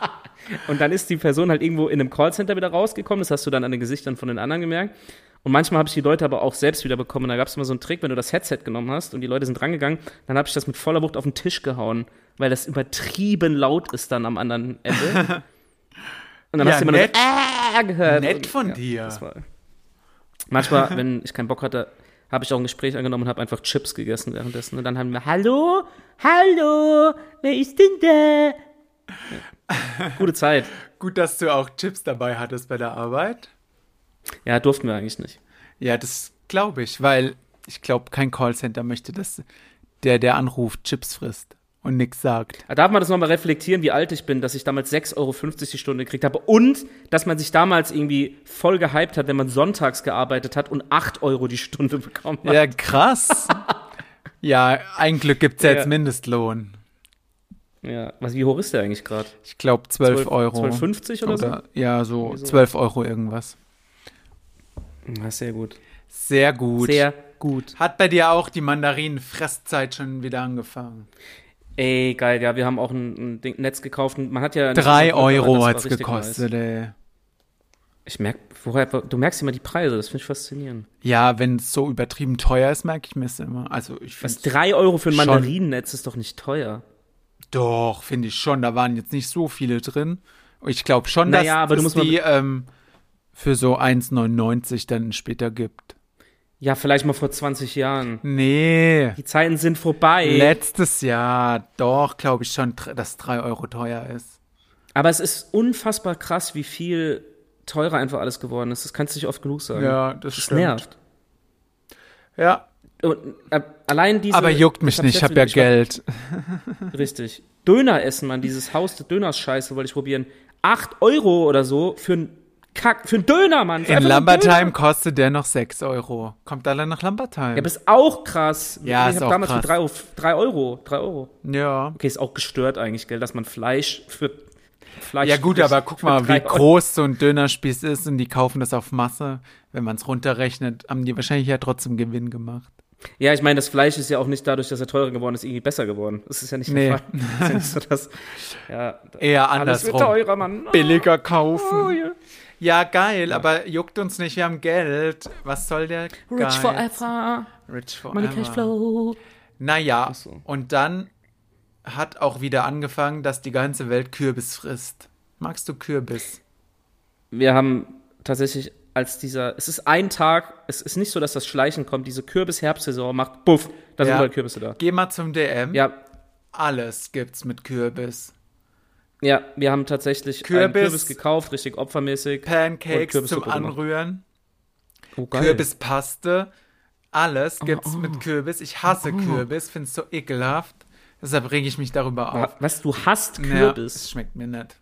Speaker 1: (laughs) und dann ist die Person halt irgendwo in einem Callcenter wieder rausgekommen. Das hast du dann an den Gesichtern von den anderen gemerkt. Und manchmal habe ich die Leute aber auch selbst wieder bekommen. Da gab es mal so einen Trick, wenn du das Headset genommen hast und die Leute sind rangegangen, dann habe ich das mit voller Wucht auf den Tisch gehauen, weil das übertrieben laut ist dann am anderen
Speaker 2: (laughs)
Speaker 1: Ende. Und dann
Speaker 2: Ja,
Speaker 1: hast du immer
Speaker 2: nett.
Speaker 1: nur so, "Ah", gehört.
Speaker 2: Nett
Speaker 1: Und,
Speaker 2: von
Speaker 1: ja,
Speaker 2: dir.
Speaker 1: Das war, manchmal, wenn ich keinen Bock hatte, habe ich auch ein Gespräch angenommen und habe einfach Chips gegessen währenddessen. Und dann haben wir, hallo, hallo, wer ist denn da? Ja. Gute Zeit.
Speaker 2: Gut, dass du auch Chips dabei hattest bei der Arbeit.
Speaker 1: Ja, durften wir eigentlich nicht.
Speaker 2: Ja, das glaube ich, weil ich glaube, kein Callcenter möchte, dass der, der anruft, Chips frisst und nichts sagt.
Speaker 1: Da Darf man das nochmal reflektieren, wie alt ich bin, dass ich damals 6,50 Euro die Stunde gekriegt habe und dass man sich damals irgendwie voll gehypt hat, wenn man sonntags gearbeitet hat und 8 Euro die Stunde bekommen hat.
Speaker 2: Ja, krass. (laughs) ja, ein Glück gibt es ja jetzt
Speaker 1: Ja.
Speaker 2: Mindestlohn.
Speaker 1: Ja, was, wie hoch ist der eigentlich gerade?
Speaker 2: Ich glaube 12, Euro.
Speaker 1: 12,50 oder,
Speaker 2: oder ja, so
Speaker 1: so.
Speaker 2: 12 Euro irgendwas.
Speaker 1: so? Ja, sehr gut.
Speaker 2: Sehr gut.
Speaker 1: Sehr gut.
Speaker 2: Hat bei dir auch die Mandarinenfresszeit schon wieder angefangen?
Speaker 1: Ey, geil, ja, wir haben auch ein, ein Ding, Netz gekauft. und Man hat ja.
Speaker 2: Drei
Speaker 1: das war
Speaker 2: Euro hat's
Speaker 1: richtig Nice.
Speaker 2: gekostet, ey.
Speaker 1: Ich merk, woher, du merkst immer die Preise, das finde ich faszinierend.
Speaker 2: Ja, wenn es so übertrieben teuer ist, merke ich mir es immer. Also ich
Speaker 1: Was,
Speaker 2: finde
Speaker 1: drei Euro für ein
Speaker 2: Schon.
Speaker 1: Mandarinennetz ist doch nicht teuer.
Speaker 2: doch, finde ich schon. Da waren jetzt nicht so viele drin. Ich glaube schon, dass
Speaker 1: Naja, aber du
Speaker 2: es
Speaker 1: musst mal-
Speaker 2: die ähm, für so 1,99 dann später gibt.
Speaker 1: Ja, vielleicht mal vor 20 Jahren.
Speaker 2: Nee,
Speaker 1: Die Zeiten sind vorbei.
Speaker 2: letztes Jahr doch, glaube ich schon, dr- dass 3 Euro teuer ist.
Speaker 1: Aber es ist unfassbar krass, wie viel teurer einfach alles geworden ist. Das kannst du nicht oft genug sagen.
Speaker 2: Ja, das
Speaker 1: das
Speaker 2: stimmt.
Speaker 1: nervt.
Speaker 2: Ja,
Speaker 1: Und, äh, allein diese.
Speaker 2: aber juckt mich
Speaker 1: das
Speaker 2: nicht, ich
Speaker 1: jetzt
Speaker 2: habe ja
Speaker 1: wieder-
Speaker 2: Geld.
Speaker 1: war- Richtig. Döner essen, Mann. Dieses Haus der Döners-Scheiße wollte ich probieren. Acht Euro oder so für einen Kack, für einen Döner, Mann. Für
Speaker 2: In
Speaker 1: einfach nur einen Döner.
Speaker 2: Lambertheim kostet der noch 6 Euro. Kommt alle nach Lambertheim.
Speaker 1: Ja, aber ist auch krass.
Speaker 2: Ja,
Speaker 1: ich
Speaker 2: ist
Speaker 1: hab
Speaker 2: auch
Speaker 1: damals
Speaker 2: krass.
Speaker 1: für drei Euro, drei Euro, drei Euro.
Speaker 2: ja.
Speaker 1: Okay, ist auch gestört eigentlich, gell, dass man Fleisch für Fleisch.
Speaker 2: Ja gut, aber guck
Speaker 1: für
Speaker 2: mal, wie
Speaker 1: drei Euro-
Speaker 2: groß so ein Dönerspieß ist und die kaufen das auf Masse. Wenn man es runterrechnet, haben die wahrscheinlich ja trotzdem Gewinn gemacht.
Speaker 1: Ja, ich meine, das Fleisch ist ja auch nicht dadurch, dass er teurer geworden ist, irgendwie besser geworden. Das ist ja nicht
Speaker 2: Nee.
Speaker 1: der Fall. Das ist ja nicht so,
Speaker 2: (laughs)
Speaker 1: dass, ja,
Speaker 2: Eher
Speaker 1: alles wird
Speaker 2: andersrum.
Speaker 1: teurer, Mann.
Speaker 2: Billiger kaufen.
Speaker 1: ja.
Speaker 2: Ja, geil, aber juckt uns nicht, wir haben Geld. Was soll der
Speaker 1: Rich
Speaker 2: Geiz?
Speaker 1: forever,
Speaker 2: Rich
Speaker 1: money cash
Speaker 2: forever.
Speaker 1: flow.
Speaker 2: Naja,
Speaker 1: so.
Speaker 2: und dann hat auch wieder angefangen, dass die ganze Welt Kürbis frisst. Magst du Kürbis?
Speaker 1: Wir haben tatsächlich als dieser, es ist ein Tag, es ist nicht so, dass das Schleichen kommt, diese Kürbis-Herbstsaison macht, buff, da sind
Speaker 2: Ja.
Speaker 1: überall Kürbisse da.
Speaker 2: Geh mal zum DM.
Speaker 1: Ja,
Speaker 2: Alles gibt's mit Kürbis.
Speaker 1: Ja, wir haben tatsächlich einen
Speaker 2: Kürbis.
Speaker 1: Kürbis gekauft, richtig opfermäßig. Und
Speaker 2: Pancakes
Speaker 1: Kürbissuppe
Speaker 2: zum
Speaker 1: gemacht.
Speaker 2: Anrühren.
Speaker 1: Oh, geil.
Speaker 2: Kürbispaste. Alles gibt's mit Kürbis. Ich hasse Kürbis, find's so ekelhaft. Deshalb reg ich mich darüber
Speaker 1: Wa-
Speaker 2: auf.
Speaker 1: Was, du hasst
Speaker 2: Ja,
Speaker 1: Kürbis?
Speaker 2: es schmeckt mir nicht.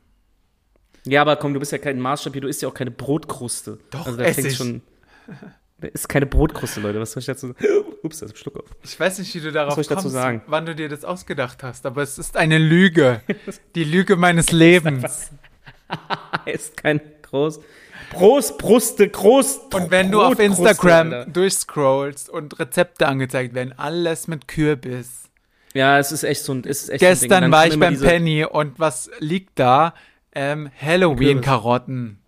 Speaker 1: Ja. aber komm, du bist ja kein Maßstab hier, du isst ja auch keine Brotkruste. Also,
Speaker 2: Doch,
Speaker 1: da
Speaker 2: ess
Speaker 1: fängt's
Speaker 2: ich.
Speaker 1: schon. Da ist keine Brotkruste, Leute, was soll ich dazu Ups, da ist ein Schluck auf. (laughs)
Speaker 2: Ich weiß nicht, wie du darauf
Speaker 1: Was soll ich dazu
Speaker 2: kommst,
Speaker 1: sagen?
Speaker 2: wann du dir das ausgedacht hast, aber es ist
Speaker 1: (laughs)
Speaker 2: eine Lüge. Die Lüge meines Lebens.
Speaker 1: Er ist kein Groß. Groß, Bruste, Groß.
Speaker 2: Und wenn du auf
Speaker 1: Brotkruste,
Speaker 2: Instagram
Speaker 1: Alter.
Speaker 2: durchscrollst und Rezepte angezeigt werden, alles mit Kürbis.
Speaker 1: Ja, es ist echt so ein. Es ist echt so ein Ding.
Speaker 2: Gestern
Speaker 1: Und dann
Speaker 2: war
Speaker 1: kommen
Speaker 2: ich
Speaker 1: immer
Speaker 2: beim
Speaker 1: diese-
Speaker 2: Penny und was liegt da? Ähm, Halloween-Karotten.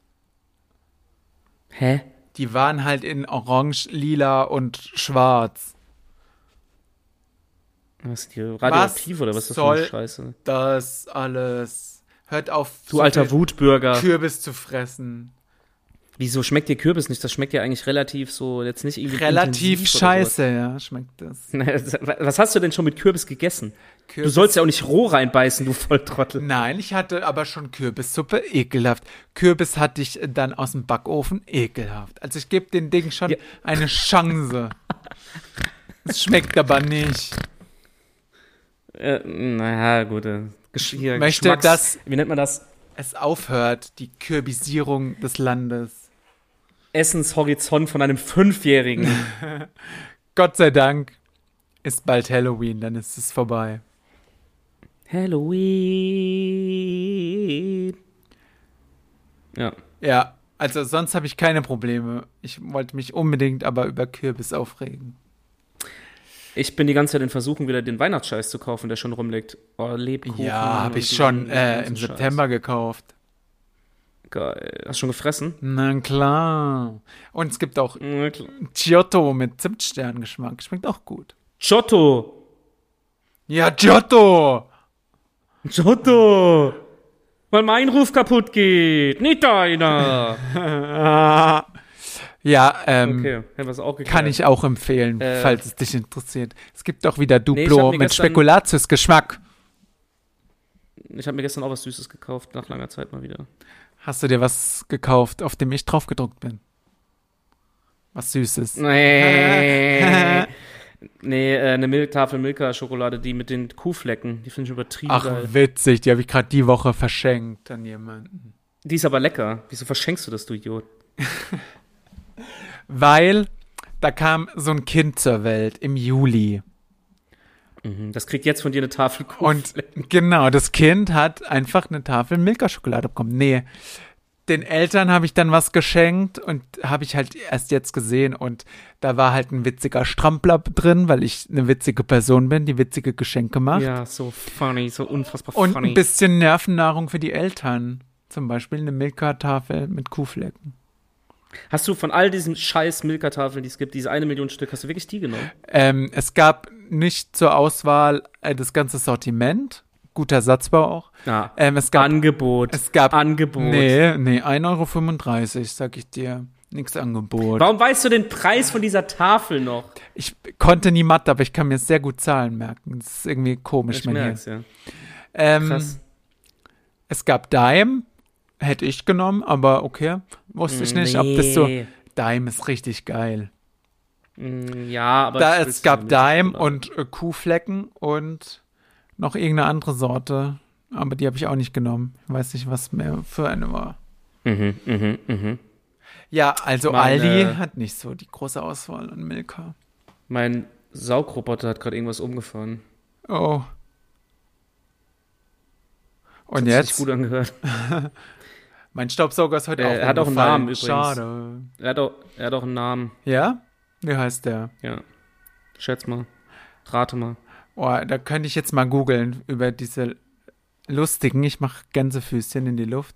Speaker 1: Hä?
Speaker 2: Die waren halt in Orange, Lila und Schwarz.
Speaker 1: Was ist die radioaktiv oder was ist das für
Speaker 2: soll
Speaker 1: eine Scheiße?
Speaker 2: das alles. Hört auf,
Speaker 1: Du alter
Speaker 2: viel
Speaker 1: Wutbürger.
Speaker 2: Kürbis zu fressen.
Speaker 1: Wieso schmeckt dir Kürbis nicht? Das schmeckt ja eigentlich relativ so, jetzt nicht irgendwie.
Speaker 2: Relativ
Speaker 1: intensiv oder
Speaker 2: scheiße, ja, schmeckt das.
Speaker 1: sowas. (laughs) Was hast du denn schon mit Kürbis gegessen? Du
Speaker 2: Kürbis.
Speaker 1: sollst ja auch nicht roh reinbeißen, du Volltrottel.
Speaker 2: Nein, ich hatte aber schon Kürbissuppe, ekelhaft. Kürbis hatte ich dann aus dem Backofen, ekelhaft. Also ich gebe den Ding schon
Speaker 1: Ja.
Speaker 2: eine Chance. es schmeckt aber nicht.
Speaker 1: Äh, naja, gut. äh, Gesch hier,
Speaker 2: Möchte
Speaker 1: Geschmacks-
Speaker 2: das-
Speaker 1: Wie nennt man das?
Speaker 2: Es aufhört, die Kürbisierung des Landes.
Speaker 1: Essenshorizont von einem Fünfjährigen.
Speaker 2: (laughs) Gott sei Dank ist bald Halloween, dann ist es vorbei.
Speaker 1: Halloween. Ja.
Speaker 2: Ja, also sonst habe ich keine Probleme. Ich wollte mich unbedingt aber über Kürbis aufregen.
Speaker 1: Ich bin die ganze Zeit in Versuchen, wieder den Weihnachtsscheiß zu kaufen, der schon rumliegt. Oh, Lebkuchen.
Speaker 2: Ja,
Speaker 1: und
Speaker 2: habe ich
Speaker 1: diesen
Speaker 2: schon äh,
Speaker 1: ganzen
Speaker 2: im
Speaker 1: Scheiß.
Speaker 2: September gekauft.
Speaker 1: Geil. Hast du schon gefressen?
Speaker 2: Na klar. Und es gibt auch
Speaker 1: Na klar.
Speaker 2: Giotto mit Zimtsterngeschmack. Schmeckt auch gut.
Speaker 1: Giotto!
Speaker 2: Ja, Giotto!
Speaker 1: Giotto! Weil mein Ruf kaputt geht, nicht
Speaker 2: (laughs)
Speaker 1: deiner.
Speaker 2: Ah. Ja, ähm,
Speaker 1: Okay, hätten wir es auch geklärt.
Speaker 2: kann ich auch empfehlen,
Speaker 1: Äh.
Speaker 2: falls es dich interessiert. Es gibt auch wieder
Speaker 1: ich hab
Speaker 2: Duplo
Speaker 1: mir
Speaker 2: mit
Speaker 1: gestern-
Speaker 2: Spekulatius-Geschmack.
Speaker 1: Ich habe mir gestern auch was Süßes gekauft, nach langer Zeit mal wieder.
Speaker 2: Hast du dir was gekauft, auf dem ich drauf gedruckt bin? Was Süßes.
Speaker 1: Nee. (laughs) nee, äh, eine Mil Tafel Milka-Schokolade, die mit den Kuhflecken. Die finde ich übertrieben
Speaker 2: Ach,
Speaker 1: geil.
Speaker 2: witzig, die habe ich gerade die Woche verschenkt an jemanden.
Speaker 1: Die ist aber lecker. Wieso verschenkst du das, du Idiot?
Speaker 2: Weil da kam so ein Kind zur Welt im Juli.
Speaker 1: Mhm, Das kriegt jetzt von dir eine Tafel
Speaker 2: Und
Speaker 1: Kuhflecken.
Speaker 2: genau, das Kind hat einfach eine Tafel Milka-Schokolade bekommen. Nee, den Eltern habe ich dann was geschenkt und habe ich halt erst jetzt gesehen. Und da war halt ein witziger Strampler drin, weil ich eine witzige Person bin, die witzige Geschenke macht.
Speaker 1: ja, so funny, so unfassbar
Speaker 2: und
Speaker 1: funny.
Speaker 2: ein bisschen Nervennahrung für die Eltern. Zum Beispiel eine Milka-Tafel mit Kuhflecken.
Speaker 1: Hast du von all diesen scheiß Milka-Tafeln, die es gibt, diese eine Million Stück, hast du wirklich die genommen?
Speaker 2: Ähm, es gab nicht zur Auswahl äh, das ganze Sortiment. Guter Satzbau auch.
Speaker 1: Ja.
Speaker 2: Ähm, es gab
Speaker 1: Angebot.
Speaker 2: Es gab
Speaker 1: Angebot.
Speaker 2: Nee, nee, 1,35 Euro, sag ich dir. Nix Angebot.
Speaker 1: Warum weißt du den Preis von dieser Tafel noch?
Speaker 2: Ich konnte nie Mathe, aber ich kann mir sehr gut Zahlen merken. Das ist irgendwie komisch, mein Hirn.
Speaker 1: merk's, ja.
Speaker 2: Ähm,
Speaker 1: Krass.
Speaker 2: es gab Dime, hätte ich genommen, aber okay. Wusste ich nicht, ob das so.
Speaker 1: Mm, Nee.
Speaker 2: Dime ist richtig geil.
Speaker 1: Mm, Ja, aber.
Speaker 2: Da,
Speaker 1: das
Speaker 2: es
Speaker 1: willst du
Speaker 2: gab
Speaker 1: nicht.
Speaker 2: Dime und äh, Kuhflecken und noch irgendeine andere Sorte, aber die habe ich auch nicht genommen. Weiß nicht, was mehr für eine war.
Speaker 1: Mhm, mhm, mhm.
Speaker 2: Ja, also
Speaker 1: Meine-
Speaker 2: Aldi hat nicht so die große Auswahl an Milka.
Speaker 1: Mein Saugroboter hat gerade irgendwas umgefahren.
Speaker 2: Oh. Und
Speaker 1: Das hat sich
Speaker 2: jetzt?
Speaker 1: gut angehört.
Speaker 2: Mein Staubsauger ist heute
Speaker 1: Äh,
Speaker 2: auch
Speaker 1: er hat auch einen
Speaker 2: umgefallen.
Speaker 1: Namen übrigens.
Speaker 2: Schade.
Speaker 1: Er hat auch, er hat auch einen Namen.
Speaker 2: Ja? Wie heißt der?
Speaker 1: Ja. Schätz mal. Rate mal.
Speaker 2: Oh, da könnte ich jetzt mal googeln über diese lustigen, ich mache Gänsefüßchen in die Luft,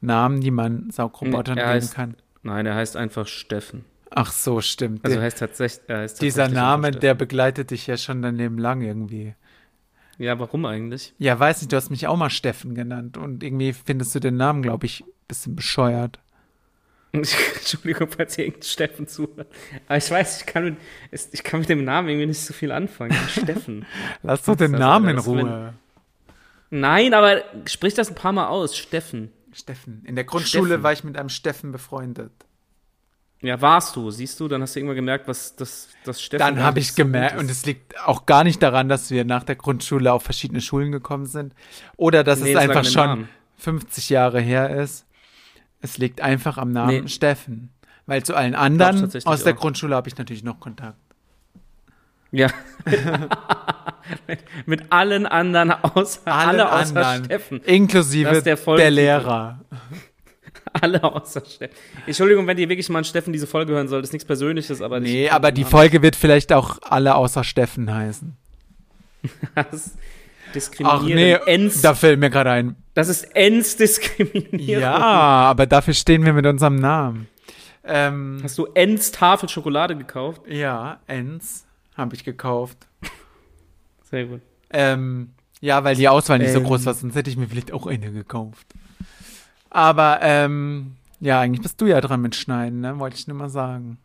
Speaker 2: Namen, die man Saugrobotern
Speaker 1: Nee, er
Speaker 2: geben
Speaker 1: heißt-
Speaker 2: kann.
Speaker 1: Nein, er heißt einfach Steffen.
Speaker 2: Ach so, stimmt.
Speaker 1: Also
Speaker 2: Der-
Speaker 1: er heißt tatsächlich. Er heißt
Speaker 2: dieser
Speaker 1: tatsächlich
Speaker 2: Name,
Speaker 1: einfach
Speaker 2: der begleitet dich ja schon dein Leben lang irgendwie.
Speaker 1: Steffen. Ja, warum eigentlich? (laughs)
Speaker 2: Ja, weiß nicht, du hast mich auch mal Steffen genannt und irgendwie findest du den Namen, glaube ich, ein bisschen bescheuert.
Speaker 1: Entschuldigung, falls hier irgendein Steffen zuhört. Aber ich weiß, ich kann mit, es- ich kann mit dem Namen irgendwie nicht so viel anfangen. (laughs) Steffen.
Speaker 2: Lass doch den
Speaker 1: Das- also
Speaker 2: Namen in
Speaker 1: das-
Speaker 2: Ruhe.
Speaker 1: Nein, aber sprich das ein paar Mal aus. Steffen.
Speaker 2: Steffen. In der Grundschule
Speaker 1: Steffen.
Speaker 2: war ich mit einem Steffen befreundet.
Speaker 1: Ja, warst du, siehst du? Dann hast du irgendwann gemerkt, was das, das Steffen.
Speaker 2: Dann
Speaker 1: gar
Speaker 2: habe
Speaker 1: nicht
Speaker 2: ich
Speaker 1: so
Speaker 2: gemerkt,
Speaker 1: gut ist.
Speaker 2: und es liegt auch gar nicht daran, dass wir nach der Grundschule auf verschiedene Schulen gekommen sind oder dass
Speaker 1: Nee,
Speaker 2: es
Speaker 1: das lag
Speaker 2: einfach
Speaker 1: an dem
Speaker 2: schon
Speaker 1: Namen.
Speaker 2: 50 Jahre her ist. Es liegt einfach am Namen
Speaker 1: Nee.
Speaker 2: Steffen. Weil zu allen anderen
Speaker 1: tatsächlich
Speaker 2: aus der
Speaker 1: auch.
Speaker 2: Grundschule habe ich natürlich noch Kontakt.
Speaker 1: Ja. (laughs) mit, mit allen anderen außer,
Speaker 2: Allen
Speaker 1: alle außer
Speaker 2: anderen,
Speaker 1: Steffen. Das
Speaker 2: inklusive
Speaker 1: ist der Also
Speaker 2: der,
Speaker 1: Folge-
Speaker 2: Lehrer.
Speaker 1: Alle außer Steffen. Entschuldigung, wenn ihr wirklich mal einen Steffen diese Folge hören sollt, ist nichts Persönliches, aber nicht.
Speaker 2: Nee, aber die Folge wird vielleicht auch alle außer Steffen heißen.
Speaker 1: Das diskriminieren.
Speaker 2: Ach nee,
Speaker 1: Ends,
Speaker 2: da fällt mir gerade
Speaker 1: (laughs)
Speaker 2: ein.
Speaker 1: das ist Ends diskriminieren.
Speaker 2: Ja, aber dafür stehen wir mit unserem Namen. Ähm,
Speaker 1: Hast du Ends Tafel Schokolade gekauft?
Speaker 2: Ja, Ends habe ich gekauft.
Speaker 1: Sehr gut.
Speaker 2: Ähm, ja, weil die Auswahl nicht so
Speaker 1: Ähm.
Speaker 2: groß war, sonst hätte ich mir vielleicht auch eine gekauft. Aber ähm, ja, eigentlich bist du ja dran mit Schneiden, ne? Wollte ich nur mal sagen.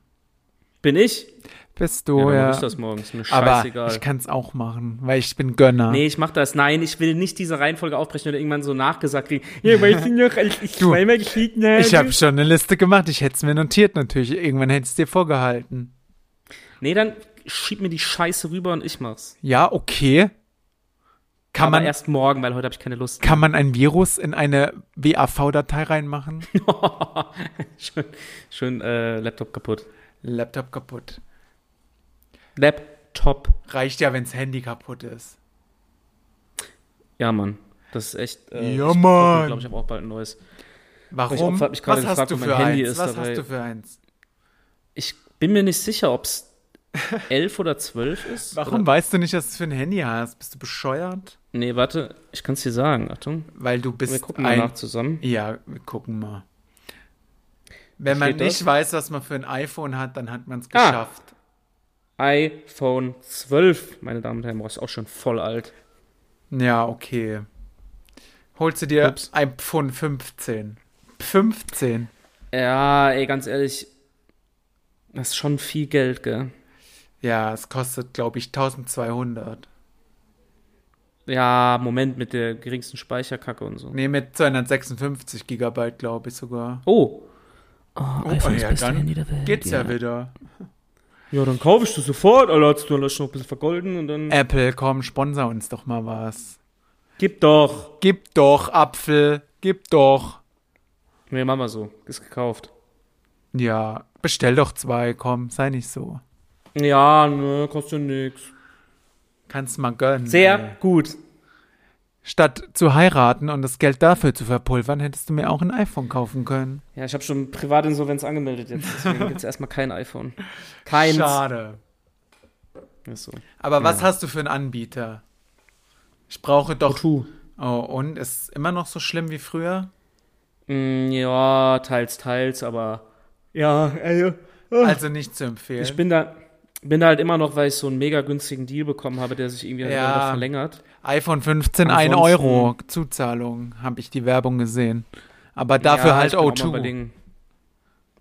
Speaker 1: Bin ich?
Speaker 2: Bist du,
Speaker 1: dann
Speaker 2: Oh ja.
Speaker 1: mach ich das morgen. Ist mir
Speaker 2: Aber
Speaker 1: scheißegal.
Speaker 2: ich kann es auch machen, weil ich bin Gönner.
Speaker 1: Nee, ich mach das. Nein, ich will nicht diese Reihenfolge aufbrechen oder irgendwann so nachgesagt kriegen. Ja, weißt du noch, als ich
Speaker 2: Du,
Speaker 1: zweimal geschrieben habe?
Speaker 2: Ich habe schon eine Liste gemacht, ich hätte es mir notiert natürlich. Irgendwann hätte ich es dir vorgehalten.
Speaker 1: Nee, dann schieb mir die Scheiße rüber und ich mach's.
Speaker 2: Ja, okay. Kann
Speaker 1: Aber
Speaker 2: man,
Speaker 1: erst morgen, weil heute habe ich keine Lust. (laughs)
Speaker 2: kann man ein Virus in eine WAV-Datei reinmachen?
Speaker 1: schön schön äh, Laptop kaputt.
Speaker 2: (laughs) Laptop kaputt.
Speaker 1: Laptop.
Speaker 2: Reicht ja, wenn's Handy kaputt ist.
Speaker 1: Ja, Mann. Das ist echt. Äh,
Speaker 2: Ja,
Speaker 1: ich
Speaker 2: Mann.
Speaker 1: glaube, ich habe auch bald ein neues.
Speaker 2: Warum?
Speaker 1: Opfer hat mich gerade
Speaker 2: Was
Speaker 1: gefragt,
Speaker 2: hast du
Speaker 1: ob
Speaker 2: für
Speaker 1: mein Handy
Speaker 2: eins?
Speaker 1: ist
Speaker 2: Was
Speaker 1: dabei.
Speaker 2: hast du für eins? (laughs)
Speaker 1: Ich bin mir nicht sicher, ob's elf oder zwölf ist?
Speaker 2: Warum weißt du nicht, dass du es für ein Handy hast? Bist du bescheuert?
Speaker 1: Nee, warte, ich kann es dir sagen. Achtung,
Speaker 2: Weil du bist
Speaker 1: wir gucken mal
Speaker 2: ein.
Speaker 1: nach zusammen.
Speaker 2: Ja, wir gucken mal. Wenn man
Speaker 1: Steht
Speaker 2: nicht
Speaker 1: das?
Speaker 2: weiß, was man für ein iPhone hat, dann hat man es
Speaker 1: Ah.
Speaker 2: geschafft.
Speaker 1: iPhone 12, meine Damen und Herren, boah, ist auch schon voll alt.
Speaker 2: Ja, okay. Holst du dir
Speaker 1: Ups.
Speaker 2: ein Pfund 15? 15?
Speaker 1: Ja, ey, ganz ehrlich, das ist schon viel Geld, gell?
Speaker 2: Ja, es kostet, glaube ich, 1200.
Speaker 1: Ja, Moment, mit der geringsten Speicherkacke und so.
Speaker 2: Nee, mit 256 Gigabyte, glaube ich sogar.
Speaker 1: Oh. Oh,
Speaker 2: iPhone ist ja, also beste dann Handy der Welt, Geht's ja, wieder.
Speaker 1: Ja, dann kaufe ich das sofort. Alter, hast du noch ein bisschen vergolden und dann.
Speaker 2: Apple, komm, sponsor uns doch mal was.
Speaker 1: Gib doch.
Speaker 2: Gib doch, Apfel, gib doch.
Speaker 1: Nee, machen wir so. Ist gekauft.
Speaker 2: Ja, bestell doch zwei, komm, sei nicht so.
Speaker 1: Ja, ne, kostet ja nix.
Speaker 2: Kannst mal gönnen.
Speaker 1: Sehr
Speaker 2: ey.
Speaker 1: gut.
Speaker 2: Statt zu heiraten und das Geld dafür zu verpulvern, hättest du mir auch ein iPhone kaufen können.
Speaker 1: Ja, ich habe schon Privatinsolvenz angemeldet jetzt. Deswegen (laughs) gibt's erstmal kein iPhone. Keins.
Speaker 2: Schade.
Speaker 1: Ist so.
Speaker 2: Aber was hast du für einen Anbieter? Ich brauche doch.
Speaker 1: True.
Speaker 2: Oh, und ist immer noch so schlimm wie früher?
Speaker 1: Mm, ja, teils, teils, aber. Ja, also.
Speaker 2: Also nicht zu empfehlen.
Speaker 1: Ich bin da. Bin da halt immer noch, weil ich so einen mega günstigen Deal bekommen habe, der sich irgendwie halt
Speaker 2: Ja.
Speaker 1: immer wieder verlängert.
Speaker 2: iPhone 15, 1
Speaker 1: Ansonsten-
Speaker 2: Euro Zuzahlung, habe ich die Werbung gesehen. Aber dafür
Speaker 1: ja,
Speaker 2: halt
Speaker 1: ich bin auch mal
Speaker 2: O2.
Speaker 1: überlegen-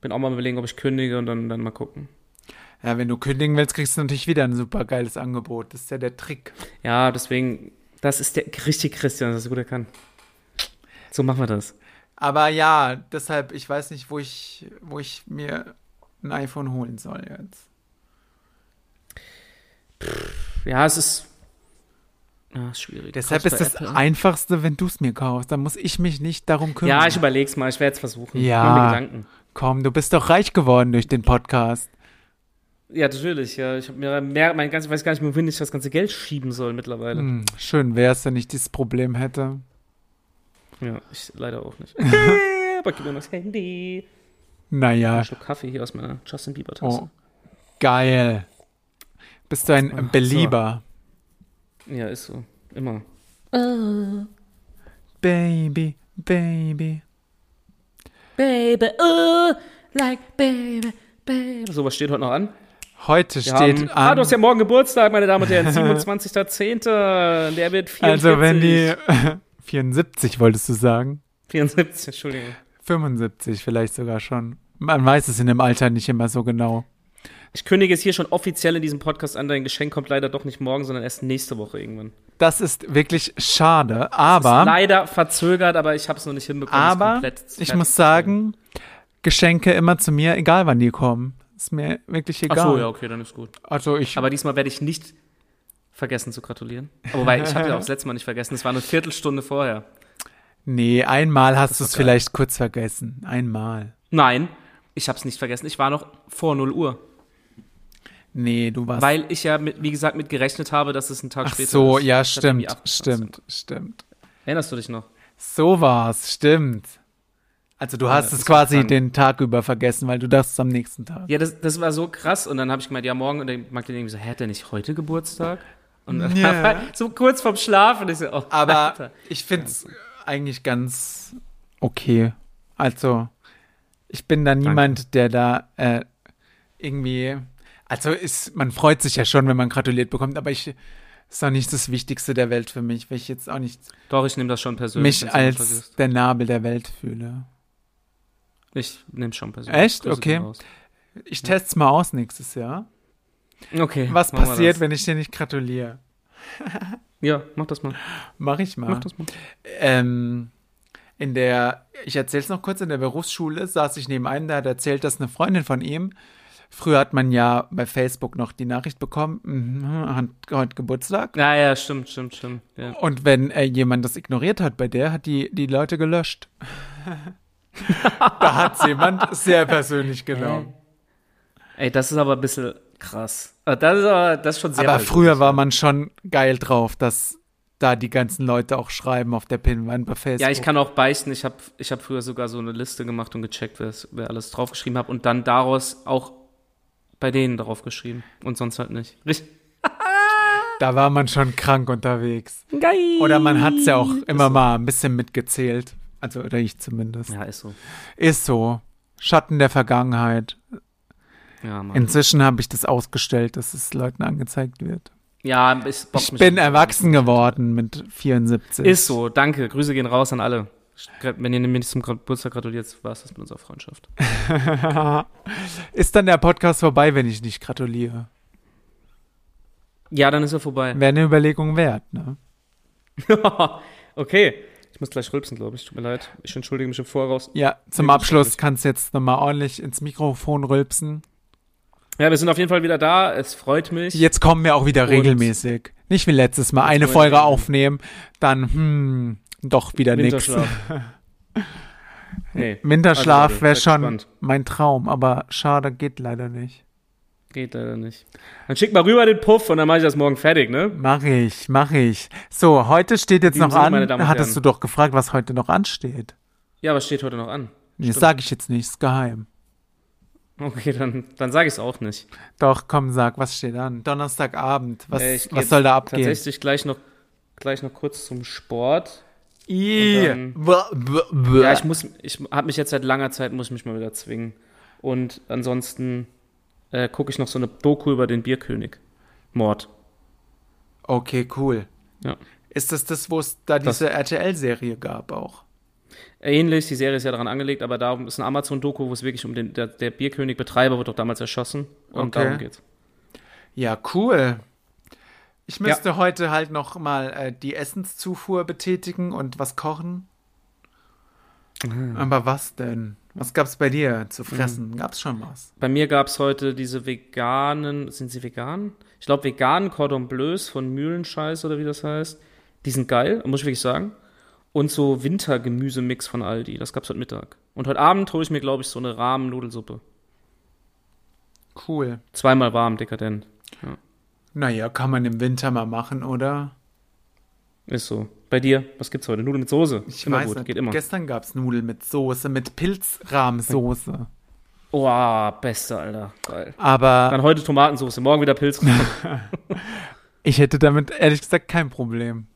Speaker 1: Bin auch mal überlegen, ob ich kündige und dann, dann mal gucken.
Speaker 2: Ja, wenn du kündigen willst, kriegst du natürlich wieder ein super geiles Angebot. Das ist ja der Trick.
Speaker 1: Ja, deswegen, das ist der richtig Christian, das ist gut erkannt. So machen wir das.
Speaker 2: Aber ja, deshalb, ich weiß nicht, wo ich, wo ich mir ein iPhone holen soll jetzt.
Speaker 1: Ja, es ist. Ja, ist schwierig.
Speaker 2: Deshalb
Speaker 1: Kaufst
Speaker 2: ist
Speaker 1: bei
Speaker 2: das
Speaker 1: Apple.
Speaker 2: Einfachste, wenn du es mir kaufst. Dann muss ich mich nicht darum kümmern.
Speaker 1: Ja, ich überleg's mal, ich werde es versuchen.
Speaker 2: Ja.
Speaker 1: Mach mir Gedanken.
Speaker 2: Komm, du bist doch reich geworden durch den Podcast.
Speaker 1: Ja, natürlich. Ja. Ich habe mir mehr, mein ganz, ich weiß gar nicht mehr, wohin ich das ganze Geld schieben soll mittlerweile.
Speaker 2: Hm, schön wär's, wenn ich dieses Problem hätte.
Speaker 1: Ja, ich leider auch
Speaker 2: (laughs)
Speaker 1: nicht. Äh, Aber gib mir mal das Handy.
Speaker 2: Naja,
Speaker 1: Ein Schluck Kaffee hier aus meiner Justin Bieber-Tasse.
Speaker 2: oh, geil. Bist du ein Belieber?
Speaker 1: Ja, ist so. Immer. Uh,
Speaker 2: Baby, Baby.
Speaker 1: Baby, oh, like baby, baby. So, was steht heute noch an?
Speaker 2: Heute
Speaker 1: Wir
Speaker 2: steht
Speaker 1: haben,
Speaker 2: an.
Speaker 1: ah, du hast ja morgen Geburtstag, meine Damen und Herren, (laughs) 27.10. Der wird 44.
Speaker 2: also wenn die (laughs) 74 wolltest du sagen,
Speaker 1: 74, Entschuldigung.
Speaker 2: 75 vielleicht sogar schon. Man weiß es in dem Alter nicht immer so genau.
Speaker 1: Ich kündige es hier schon offiziell in diesem Podcast an, dein Geschenk kommt leider doch nicht morgen, sondern erst nächste Woche irgendwann.
Speaker 2: Das ist wirklich schade,
Speaker 1: Ist
Speaker 2: aber
Speaker 1: leider verzögert, aber ich habe es noch nicht hinbekommen. es
Speaker 2: aber
Speaker 1: komplett
Speaker 2: ich
Speaker 1: fertig
Speaker 2: muss
Speaker 1: zu
Speaker 2: sagen, Geschenke immer zu mir, egal wann die kommen. Ist mir wirklich
Speaker 1: bringen.
Speaker 2: egal.
Speaker 1: Ach so, ja, okay, dann ist gut.
Speaker 2: Also ich
Speaker 1: Aber diesmal werde ich nicht vergessen zu gratulieren. Wobei, ich habe ja auch das letzte Mal nicht vergessen, es war eine Viertelstunde vorher.
Speaker 2: Nee, einmal hast du es
Speaker 1: ist geil.
Speaker 2: vielleicht kurz vergessen. Einmal.
Speaker 1: Nein, ich habe es nicht vergessen, ich war noch vor 0 Uhr.
Speaker 2: Nee, du warst.
Speaker 1: Weil ich ja, mit, wie gesagt, mit gerechnet habe, dass es ein Tag
Speaker 2: Ach
Speaker 1: später
Speaker 2: so,
Speaker 1: ist.
Speaker 2: ja,
Speaker 1: Das hat irgendwie
Speaker 2: stimmt,
Speaker 1: abgepasst.
Speaker 2: stimmt, stimmt.
Speaker 1: Erinnerst du dich noch?
Speaker 2: So war's, stimmt. Also du hast
Speaker 1: das
Speaker 2: es
Speaker 1: ist
Speaker 2: quasi
Speaker 1: krank.
Speaker 2: den Tag über vergessen, weil du dachtest am nächsten Tag.
Speaker 1: Ja, das, das war so krass. Und dann habe ich gemeint, ja, morgen. Und dann Magdalena irgendwie so, hä, hat der nicht heute Geburtstag? Und dann (laughs)
Speaker 2: Ja.
Speaker 1: war ich so kurz vorm Schlaf. Und ich so, oh,
Speaker 2: Aber
Speaker 1: Alter.
Speaker 2: ich find's eigentlich ganz okay. Also ich bin da niemand, der da äh, irgendwie. Also ist, man freut sich ja schon, wenn man gratuliert bekommt, aber ich ist auch nicht das Wichtigste der Welt für mich, weil ich jetzt auch nicht
Speaker 1: Doch, ich nehme das schon persönlich.
Speaker 2: mich
Speaker 1: wenn's jemand
Speaker 2: als
Speaker 1: vergisst.
Speaker 2: der Nabel der Welt fühle.
Speaker 1: Ich nehme schon persönlich.
Speaker 2: Echt?
Speaker 1: Grüße
Speaker 2: Okay.
Speaker 1: gehen raus.
Speaker 2: Ich teste es mal aus nächstes Jahr.
Speaker 1: Okay.
Speaker 2: Was
Speaker 1: machen wir
Speaker 2: passiert,
Speaker 1: das.
Speaker 2: wenn ich dir nicht gratuliere?
Speaker 1: Ja, mach das mal.
Speaker 2: Mach ich mal.
Speaker 1: Mach das mal.
Speaker 2: Ähm, in der, ich erzähl's noch kurz, in der Berufsschule saß ich neben einem, der hat erzählt, dass eine Freundin von ihm, früher hat man ja bei Facebook noch die Nachricht bekommen, mhm, hat heute Geburtstag.
Speaker 1: Ja, ja, stimmt, stimmt, stimmt. Ja.
Speaker 2: Und wenn äh, jemand das ignoriert hat bei der, hat die, die Leute gelöscht. (laughs) da hat's jemand sehr persönlich genommen.
Speaker 1: Ey, das ist aber ein bisschen krass. Äh, Das ist aber, das ist schon sehr
Speaker 2: Aber
Speaker 1: persönlich.
Speaker 2: früher war man schon geil drauf, dass da die ganzen Leute auch schreiben auf der Pinwand bei Facebook.
Speaker 1: Ja, ich kann auch beichten. Ich habe ich hab früher sogar so eine Liste gemacht und gecheckt, wer, wer alles draufgeschrieben hat und dann daraus auch bei denen drauf geschrieben und sonst halt nicht. Richtig.
Speaker 2: Da war man schon krank unterwegs.
Speaker 1: Geil.
Speaker 2: Oder man hat's ja auch immer mal ein bisschen mitgezählt. Also, oder ich zumindest.
Speaker 1: Ja, ist so.
Speaker 2: Ist so. Schatten der Vergangenheit.
Speaker 1: Ja, Mann.
Speaker 2: Inzwischen habe ich das ausgestellt, dass es Leuten angezeigt wird.
Speaker 1: ja, ich, bock
Speaker 2: Ich
Speaker 1: mich
Speaker 2: bin
Speaker 1: nicht.
Speaker 2: erwachsen geworden mit 74.
Speaker 1: Ist so, danke. Grüße gehen raus an alle. Wenn ihr mir nicht zum Geburtstag gratuliert, war es das mit unserer Freundschaft.
Speaker 2: ist dann der Podcast vorbei, wenn ich nicht gratuliere.
Speaker 1: Ja, dann ist er vorbei. (laughs)
Speaker 2: Wäre eine Überlegung wert, ne?
Speaker 1: okay. Ich muss gleich rülpsen, glaube ich. Tut mir leid. Ich entschuldige mich im Voraus.
Speaker 2: Ja, zum
Speaker 1: Nee,
Speaker 2: Abschluss
Speaker 1: nicht.
Speaker 2: kannst du jetzt nochmal ordentlich ins Mikrofon rülpsen.
Speaker 1: Ja, wir sind auf jeden Fall wieder da. Es freut mich.
Speaker 2: Jetzt kommen wir auch wieder
Speaker 1: Und-
Speaker 2: regelmäßig. Nicht wie letztes Mal eine
Speaker 1: wollen
Speaker 2: Folge
Speaker 1: wir-
Speaker 2: aufnehmen, dann hm, doch wieder nichts.
Speaker 1: Winterschlaf.
Speaker 2: (laughs)
Speaker 1: nee. Also,
Speaker 2: Winterschlaf
Speaker 1: Leute,
Speaker 2: wäre
Speaker 1: seid
Speaker 2: schon
Speaker 1: gespannt.
Speaker 2: mein Traum, aber schade, geht leider nicht.
Speaker 1: Geht leider nicht. Dann schickt mal rüber den Puff und dann mache ich das morgen fertig, ne?
Speaker 2: Mach ich, mach ich. So, heute steht jetzt
Speaker 1: In diesem
Speaker 2: noch
Speaker 1: Sinne,
Speaker 2: an,
Speaker 1: meine Damen und
Speaker 2: hattest
Speaker 1: Herren.
Speaker 2: du doch gefragt, was heute noch ansteht.
Speaker 1: Ja, was steht heute noch an?
Speaker 2: Nee, Das sage ich jetzt nicht, ist geheim.
Speaker 1: Okay, dann, dann sage ich es auch nicht.
Speaker 2: Doch, komm, sag, was steht an? Donnerstagabend, was,
Speaker 1: Äh, ich geh
Speaker 2: was soll da abgehen?
Speaker 1: Tatsächlich gleich noch, gleich noch kurz zum Sport.
Speaker 2: Ih,
Speaker 1: dann-
Speaker 2: bäh, bäh, bäh.
Speaker 1: Ja, ich muss, ich habe mich jetzt seit langer Zeit, muss ich mich mal wieder zwingen. Und ansonsten äh, gucke ich noch so eine Doku über den Bierkönig. Mord.
Speaker 2: okay, cool.
Speaker 1: Ja.
Speaker 2: Ist das das, wo es da
Speaker 1: Das-
Speaker 2: diese RTL-Serie gab auch?
Speaker 1: Ähnlich, die Serie ist ja daran angelegt, aber darum ist eine Amazon-Doku, wo es wirklich um den, der, der Bierkönig-Betreiber wird doch damals erschossen. Und
Speaker 2: Okay.
Speaker 1: darum geht's.
Speaker 2: Ja, cool. Ich müsste heute halt noch mal äh, die Essenszufuhr betätigen und was kochen.
Speaker 1: Mhm.
Speaker 2: Aber was denn? Was gab's bei dir zu fressen? Gab's schon was?
Speaker 1: Bei mir gab's heute diese veganen, sind sie vegan? Ich glaube, veganen Cordon Bleus von Mühlenscheiß oder wie das heißt. Die sind geil, muss ich wirklich sagen. Und so Wintergemüsemix von Aldi, das gab's heute Mittag. Und heute Abend hole ich mir, glaube ich, so eine Rahmen-Nudelsuppe.
Speaker 2: Cool.
Speaker 1: Zweimal warm, dekadent.
Speaker 2: Naja, kann man im Winter mal machen, oder?
Speaker 1: Ist so. Bei dir, was gibt's heute? Nudeln mit Soße. immer gut, geht immer.
Speaker 2: Gestern gab's Nudeln mit Soße, mit Pilzrahmsoße.
Speaker 1: Boah, Oh, beste, Alter. Geil.
Speaker 2: Aber
Speaker 1: Dann heute Tomatensauce, morgen wieder
Speaker 2: (laughs)
Speaker 1: Pilz.
Speaker 2: ich hätte damit ehrlich gesagt kein Problem.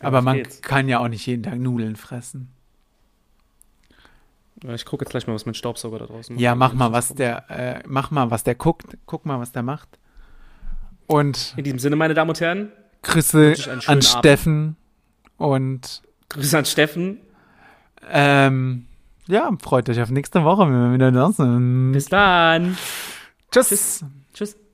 Speaker 2: Aber
Speaker 1: auf
Speaker 2: man
Speaker 1: geht's.
Speaker 2: kann ja auch nicht jeden Tag Nudeln fressen.
Speaker 1: ich gucke jetzt gleich mal, was mein Staubsauger da draußen macht.
Speaker 2: Ja, mach mal, was der, äh, mach mal, was der guckt. Guck mal, was der macht. Und
Speaker 1: In diesem Sinne, meine Damen und Herren,
Speaker 2: Grüße
Speaker 1: ich einen schönen Abend.
Speaker 2: an Steffen. Und
Speaker 1: Grüße an Steffen.
Speaker 2: ähm, ja, freut euch auf nächste Woche, wenn wir wieder da sind.
Speaker 1: Bis dann.
Speaker 2: Tschüss.
Speaker 1: Tschüss.